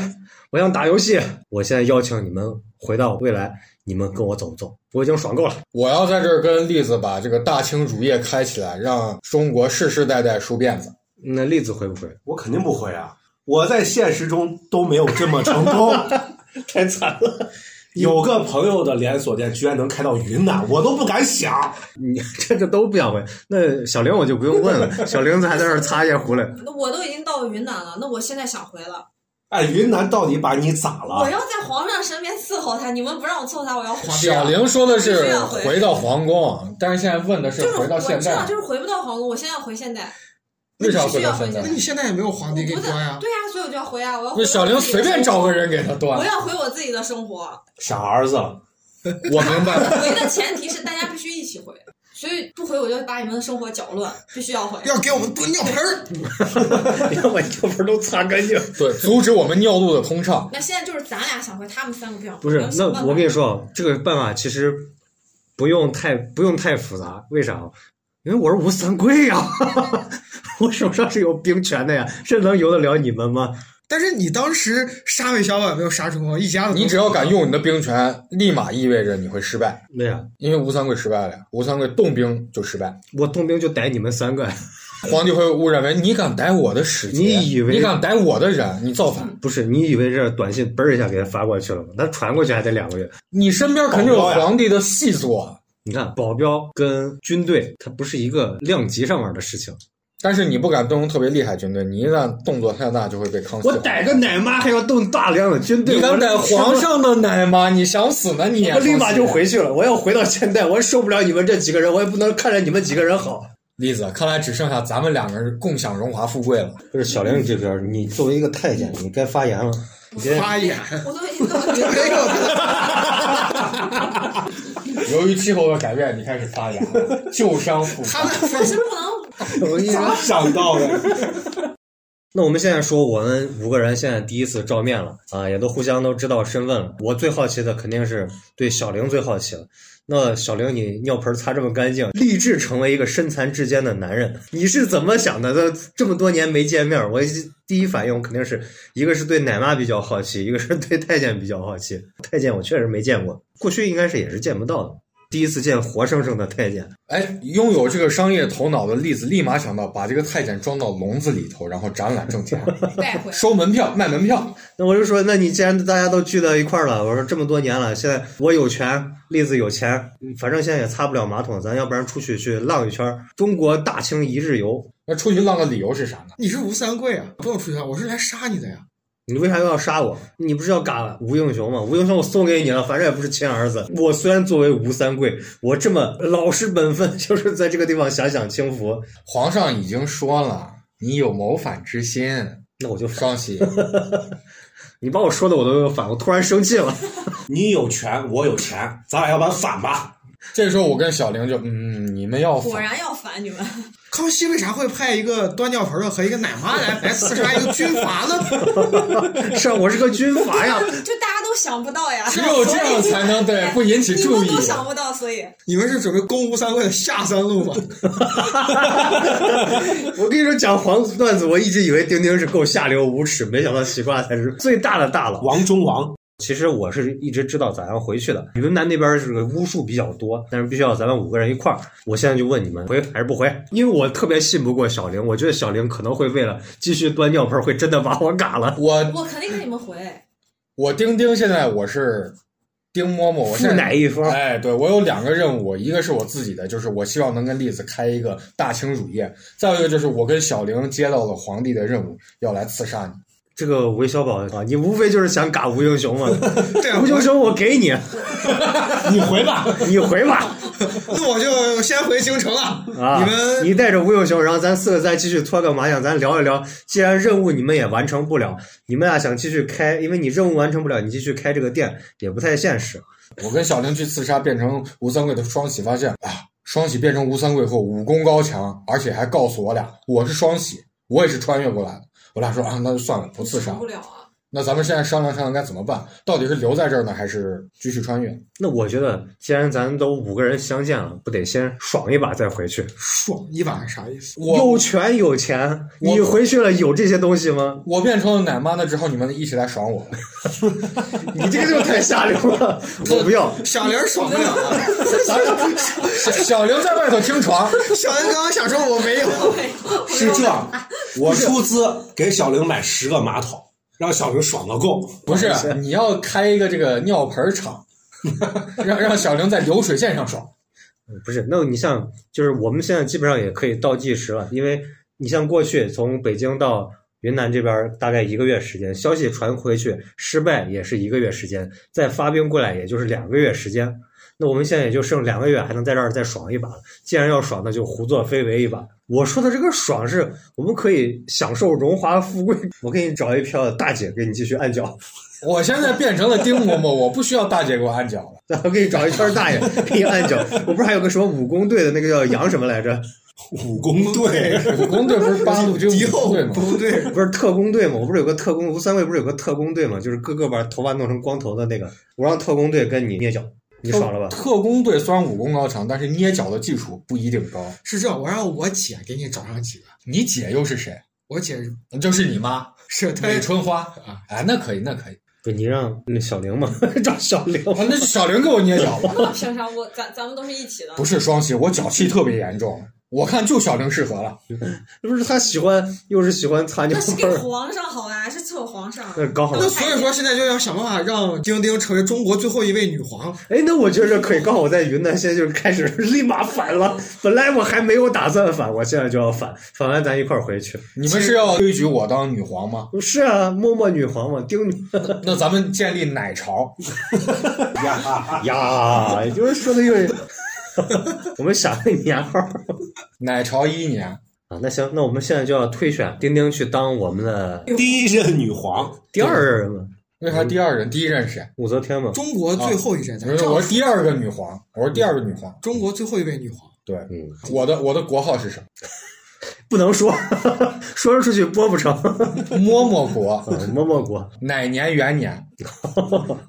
Speaker 1: 我想打游戏。我现在邀请你们回到未来，你们跟我走不走？我已经爽够了。
Speaker 2: 我要在这儿跟栗子把这个大清乳业开起来，让中国世世代代梳辫子。
Speaker 1: 那栗子回不回？ (laughs)
Speaker 4: 我肯定不会啊！我在现实中都没有这么成功，
Speaker 1: (laughs) 太惨了！
Speaker 4: 有个朋友的连锁店居然能开到云南，我都不敢想。
Speaker 1: 你这这都不想回。那小玲我就不用问了，小玲子还在那儿擦夜壶嘞。
Speaker 6: 那我都已经到云南了，那我现在想回了，
Speaker 4: 哎，云南到底把你咋
Speaker 6: 我
Speaker 4: 了？
Speaker 6: 要在皇上身边伺候他，你们不让我伺候他，我要回
Speaker 2: 啊
Speaker 3: 啊
Speaker 1: 啊
Speaker 2: 小玲说的
Speaker 6: 必须
Speaker 2: 是
Speaker 6: 要回
Speaker 2: 回到皇宫，但是现在问的是
Speaker 6: 就是
Speaker 2: 回到现
Speaker 6: 我知道，
Speaker 2: 在，
Speaker 6: 就是回不到皇宫，我现在要回现代。
Speaker 2: 为啥回到现在
Speaker 5: 那？你现在也没有皇帝给你端呀？
Speaker 6: 对呀、所以我就要回啊！我要回
Speaker 2: 那小玲随便找个人给他
Speaker 6: 我
Speaker 2: 断。
Speaker 6: 要回我自己的生活。
Speaker 4: 傻儿子了，
Speaker 2: 我明白了，
Speaker 6: 回的前提是大家必须一起回，所以不回我就把你们的生活搅乱，必须要回。
Speaker 5: 要给我们蹲尿盆儿，
Speaker 1: 你看我尿盆都擦干净。
Speaker 2: 对，阻止我们尿路的通畅。
Speaker 6: 那现在就是咱俩想回，他们三个不想回。
Speaker 1: 不是
Speaker 6: 要，想办
Speaker 1: 那
Speaker 6: 法
Speaker 1: 我跟你说啊，这个办法其实不用太不用太复杂，为啥？啊因为我是吴三桂呀、 (laughs) 我手上是有兵权的呀，这能由得了你们吗？
Speaker 5: 但是你当时杀韦小宝没有杀成功，一家子都
Speaker 2: 你只要敢用你的兵权，立马意味着你会失败，
Speaker 1: 对呀，
Speaker 2: 因为吴三桂失败了呀。吴三桂动兵就失败，
Speaker 1: 我动兵就逮你们三个， (laughs)
Speaker 2: 皇帝会误认为你敢逮我的使节，
Speaker 1: 你以为嗯
Speaker 2: 你敢逮我的人，你造反。
Speaker 1: 不是？你以为这短信嘣儿一下给他发过去了吗？他传过去还得两个月。
Speaker 2: 你身边肯定有皇帝的细作，
Speaker 1: 你看，保镖跟军队它不是一个量级上面的事情。
Speaker 2: 但是你不敢动用特别厉害军队，你一旦动作太大就会被康熙。
Speaker 1: 我逮个奶妈还要动大量的军队，
Speaker 2: 你敢
Speaker 1: 我
Speaker 2: 逮皇上的奶妈？你想死呢你？
Speaker 1: 我立马就。回去了，我要回到现代，我也受不了你们这几个人，我也不能看着你们几个人好。
Speaker 2: 栗子，看来只剩下咱们两个人共享荣华富贵了。
Speaker 1: 就是小玲，你这边，你作为一个太监，你该发言了。你别
Speaker 5: 发眼。
Speaker 6: 我都已经到云
Speaker 5: (laughs) 没
Speaker 6: 南了，
Speaker 5: 有，
Speaker 2: 由于气候的改变，你开始发芽了，旧
Speaker 1: (laughs)
Speaker 2: 伤复
Speaker 5: 他们
Speaker 6: 但是不能
Speaker 1: 我跟你
Speaker 4: 咋
Speaker 1: 说，
Speaker 4: 想到的？
Speaker 1: 那我们现在说，我们五个人现在第一次照面了啊，也都互相都知道身份了。我最好奇的肯定是对小玲最好奇了。那小玲，你尿盆擦这么干净，立志成为一个身残志坚的男人，你是怎么想的？这这么多年没见面，我第一反应我肯定是一个是对奶妈比较好奇，一个是对太监比较好奇。太监我确实没见过，过去应该是也是见不到的，第一次见活生生的太监。
Speaker 2: 哎，拥有这个商业头脑的栗子，立马想到把这个太监装到笼子里头，然后展览挣钱，
Speaker 6: 带
Speaker 5: (laughs)
Speaker 6: 回。
Speaker 2: 收门票卖门票。
Speaker 1: 那我就说，那你既然大家都聚到一块儿了，我说这么多年了，现在我有权，栗子有钱，嗯反正现在也擦不了马桶，咱要不然出去去浪一圈儿，中国大清一日游。
Speaker 2: 那出去浪的理由是啥呢？
Speaker 5: 你是吴三桂啊，不用出去了，我是来杀你的呀。
Speaker 1: 你为啥又要杀我？你不是要嘎吴英雄吗？吴英雄我送给你了，反正也不是亲儿子。我虽然作为吴三桂，我这么老实本分， (laughs) 就是在这个地方享享清福，
Speaker 2: 皇上已经说了，你有谋反之心，
Speaker 1: 那我就反。
Speaker 2: 双喜。
Speaker 1: 你把我说的我都反，我突然生气了。 (laughs)
Speaker 4: 你有权，我有钱，咱俩要不然反吧？
Speaker 2: 这时候我跟小玲就嗯，你们要
Speaker 6: 果
Speaker 2: 反，
Speaker 6: 然要烦你们，
Speaker 5: 康熙为啥会派一个端尿盆的和一个奶妈来来刺杀一个军阀呢？ (laughs)
Speaker 1: 上我是个军阀呀，
Speaker 6: 就大家都想不到呀。
Speaker 2: 只有这样才能对不引起
Speaker 6: 你
Speaker 2: 注
Speaker 6: 们
Speaker 2: 意
Speaker 6: 都。想不到，所以
Speaker 5: 你们是准备攻吴三桂的下三路吗？ (laughs)
Speaker 1: 我跟你说，讲黄段子，我一直以为丁丁是够下流无耻，没想到西瓜才是最大的大佬。
Speaker 4: 王中王，
Speaker 1: 其实我是一直知道咋样回去的。云南那边是个巫术比较多，但是必须要咱们五个人一块儿。我现在就问你们，回还是不回？因为我特别信不过小玲，我觉得小玲可能会为了继续端尿盆，会真的把我嘎
Speaker 5: (laughs)
Speaker 1: 了。
Speaker 2: 我
Speaker 6: 我肯定跟你们回。
Speaker 2: 我丁丁现在我是丁嬷嬷，我现
Speaker 1: 父
Speaker 2: 在
Speaker 1: 奶一方，
Speaker 2: 哎，对我有两个任务，一个是我自己的，就是我希望能跟栗子开一个大清乳业；再有一个就是我跟小玲接到了皇帝的任务，要来刺杀你。
Speaker 1: 这个韦小宝啊，你无非就是想嘎吴英雄嘛。
Speaker 5: (laughs) 对啊，
Speaker 1: 吴
Speaker 5: 我
Speaker 1: 英
Speaker 5: 就
Speaker 1: 雄，我给你，
Speaker 5: (laughs) 你回吧，
Speaker 1: 你回吧
Speaker 5: 那我就先回京城了。
Speaker 1: 啊！
Speaker 5: 你们
Speaker 1: 你带着吴英雄，然后咱四个再继续拖个麻将，咱聊一聊。既然任务你们也完成不了，你们俩啊想继续开，因为你任务完成不了，你继续开这个店也不太现实。
Speaker 2: 我跟小玲去刺杀，变成吴三桂的双喜，发现啊，双喜变成吴三桂后武功高强，而且还告诉我俩我是双喜，我也是穿越过来的。我俩说啊，那就算了，不刺
Speaker 3: 成
Speaker 2: 杀
Speaker 3: 不。了啊。
Speaker 2: 那咱们现在商量商量该怎么办，到底是留在这儿呢，还是继续穿越？
Speaker 1: 那我觉得，既然咱都五个人相见了，不得先爽一把再回去？
Speaker 5: 爽一晚啥意思？
Speaker 2: 我
Speaker 1: 有权有钱，
Speaker 2: 我
Speaker 1: 你回去了有这些东西吗？
Speaker 2: 我变成了奶妈，那只好你们一起来爽我了。
Speaker 1: 你这个就太下流
Speaker 5: (laughs)
Speaker 1: 了，我不要。
Speaker 5: 小玲爽不了啊！
Speaker 2: 小小玲在外头听床，
Speaker 5: 小玲刚刚想说我没有，
Speaker 4: 是这样，我出资给小玲买十个马桶，让小玲爽个够。
Speaker 2: 不是你要开一个这个尿盆儿厂，让让小玲在流水线上爽。
Speaker 1: 不是，那你像就是我们现在基本上也可以倒计时了，因为你像过去从北京到云南这边大概一个月时间，消息传回去失败也是一个月时间，再发兵过来也就是两个月时间。那我们现在也就剩两个月，还能在这儿再爽一把了。既然要爽，那就胡作非为一把。我说的这个爽是，我们可以享受荣华富贵。我给你找一票大姐给你继续按脚， (laughs)
Speaker 2: 我现在变成了丁嬷嬷，我不需要大姐给我按脚了。
Speaker 1: 然后给你找一圈大爷给你按脚。我不是还有个什么武工队的那个叫杨什么来着？
Speaker 4: 武功队，
Speaker 2: 武工队不是八路军
Speaker 5: 敌
Speaker 2: 武
Speaker 5: 哎后
Speaker 2: 工队吗？
Speaker 5: 不对，
Speaker 1: 不是特工队吗？我不是有个特工，吴三桂不是有个特工队吗？就是哥哥把头发弄成光头的那个，我让特工队跟你捏脚，你爽了吧？
Speaker 2: 特工队虽然武功高强，但是捏脚的技术不一定高。
Speaker 5: 是这，我让我姐给你找上几个，
Speaker 2: 你姐又是谁？嗯
Speaker 5: 我姐
Speaker 2: 就是你妈
Speaker 5: 是她
Speaker 2: 美春花啊！哎，那可以，那可以。
Speaker 1: 不，你让那小玲嘛， (laughs) 找小玲。
Speaker 2: 啊，那就小玲给我捏脚吧。
Speaker 6: 那凭啥我咱咱们都是一起的？
Speaker 2: 不是双喜，我脚气特别严重，我看就小玲适合了。
Speaker 1: 不是他喜欢，又是喜欢擦尿
Speaker 6: 那是
Speaker 1: 盆
Speaker 6: 给
Speaker 1: 儿，
Speaker 6: 皇上好啊，是伺候皇上。
Speaker 1: 那刚好。
Speaker 5: 那所以说现在就要想办法让丁丁成为中国最后一位女皇。
Speaker 1: 哎，那我觉着可以。刚好我在云南，现在就开始 (laughs) 立马反了。本来我还没有打算反，我现在就要反，反完咱一块儿回去。
Speaker 2: 你们是要推举我当女皇吗？
Speaker 1: 是啊，默默女皇嘛，丁女
Speaker 2: 那咱们建立奶巢，
Speaker 1: 呀，就是说的有点。 (laughs) 我们想个年号。
Speaker 2: 奶巢一年。
Speaker 1: 啊，那行，那我们现在就要推选丁丁去当我们的
Speaker 4: (laughs) 第一任女皇，
Speaker 1: 第二任嘛，
Speaker 2: 为啥第二人？第一任是谁？
Speaker 1: 武则天嘛。
Speaker 5: 中国最后一任，咱
Speaker 2: 我
Speaker 5: 这
Speaker 2: 说
Speaker 5: 样
Speaker 2: 我
Speaker 5: 说
Speaker 2: 是第二个女皇，我是第二个女皇。
Speaker 5: 中国最后一位女皇。
Speaker 2: 对，
Speaker 1: 嗯，
Speaker 2: 我的我的国号是什么？
Speaker 1: 不能说， (laughs) 说出去播不成。
Speaker 2: 嬷嬷国，
Speaker 5: (laughs)
Speaker 1: 嬷嬷国
Speaker 2: 哪年元年？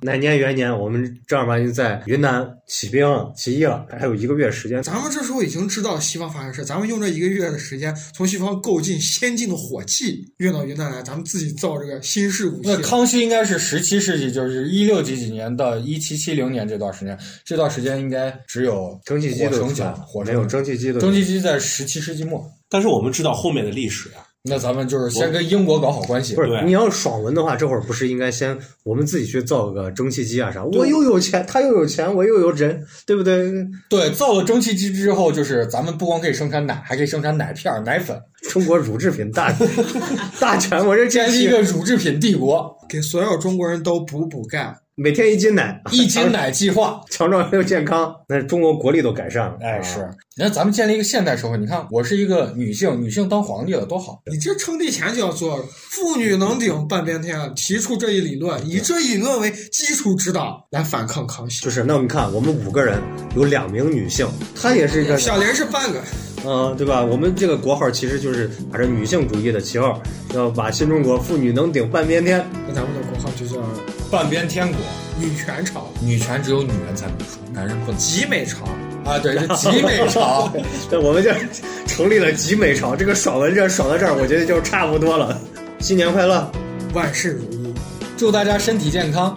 Speaker 1: 哪年元年，我们正儿八经在云南起兵了，起义了，还有一个月时间。
Speaker 5: 咱们这时候已经知道西方发生事，咱们用这一个月的时间从西方购进先进的火器，运到云南来，咱们自己造这个新式武器
Speaker 2: 那。康熙应该是十七世纪，就是一六几几年到一七七零年这段时间，这段时间应该只有
Speaker 1: 蒸汽机
Speaker 2: 火
Speaker 1: 都
Speaker 2: 绳
Speaker 1: 有
Speaker 2: 桥，火
Speaker 1: 没有
Speaker 2: 绳桥。
Speaker 1: 蒸汽机都
Speaker 2: 蒸
Speaker 1: 有。
Speaker 2: 汽机在十七世纪末，
Speaker 4: 但是我们知道后面的历史啊，
Speaker 2: 那咱们就是先跟英国搞好关系
Speaker 1: 不。是，
Speaker 4: 对
Speaker 1: 你要爽文的话，这会儿不是应该先我们自己去造个蒸汽机啊啥？我又有钱，他又有钱，我又有人，对不对？
Speaker 2: 对，造了蒸汽机之后，就是咱们不光可以生产奶，还可以生产奶片儿、奶粉，
Speaker 1: 中国乳制品大 (laughs) 大全，我这
Speaker 2: (laughs) 建
Speaker 1: 建
Speaker 2: 立
Speaker 1: 议
Speaker 2: 一个乳制品帝国，
Speaker 5: 给所有中国人都补补钙。
Speaker 1: 每天一斤奶，
Speaker 2: 一斤奶计划。
Speaker 1: (laughs) 强壮又健康，那中国国力都改善了。
Speaker 2: 哎，是
Speaker 1: 啊，
Speaker 2: 你看咱们建立一个现代社会，你看我是一个女性，女性当皇帝了多好。
Speaker 5: 你这称帝前就要做，妇女能顶半边天，提出这一理论，以这一理论为基础指导来反抗康熙。
Speaker 1: 就是那你看，我们五个人有两名女性，她也是一个，
Speaker 5: 小玲是半个，
Speaker 1: 呃，对吧？我们这个国号其实就是打着女性主义的旗号，要把新中国妇女能顶半边天。
Speaker 5: 那咱们的国号就叫
Speaker 2: 半边天国，
Speaker 5: 女权朝、
Speaker 2: 女权只有女人才能说，男人不能。
Speaker 5: 集美朝。
Speaker 2: 啊，对，是集美
Speaker 5: (laughs)
Speaker 1: (laughs)
Speaker 2: 朝。
Speaker 1: 那我们就成立了集美朝，这个爽文这爽到这儿，我觉得就差不多了。新年快乐！
Speaker 5: 万事如意。
Speaker 2: 祝大家身体健康，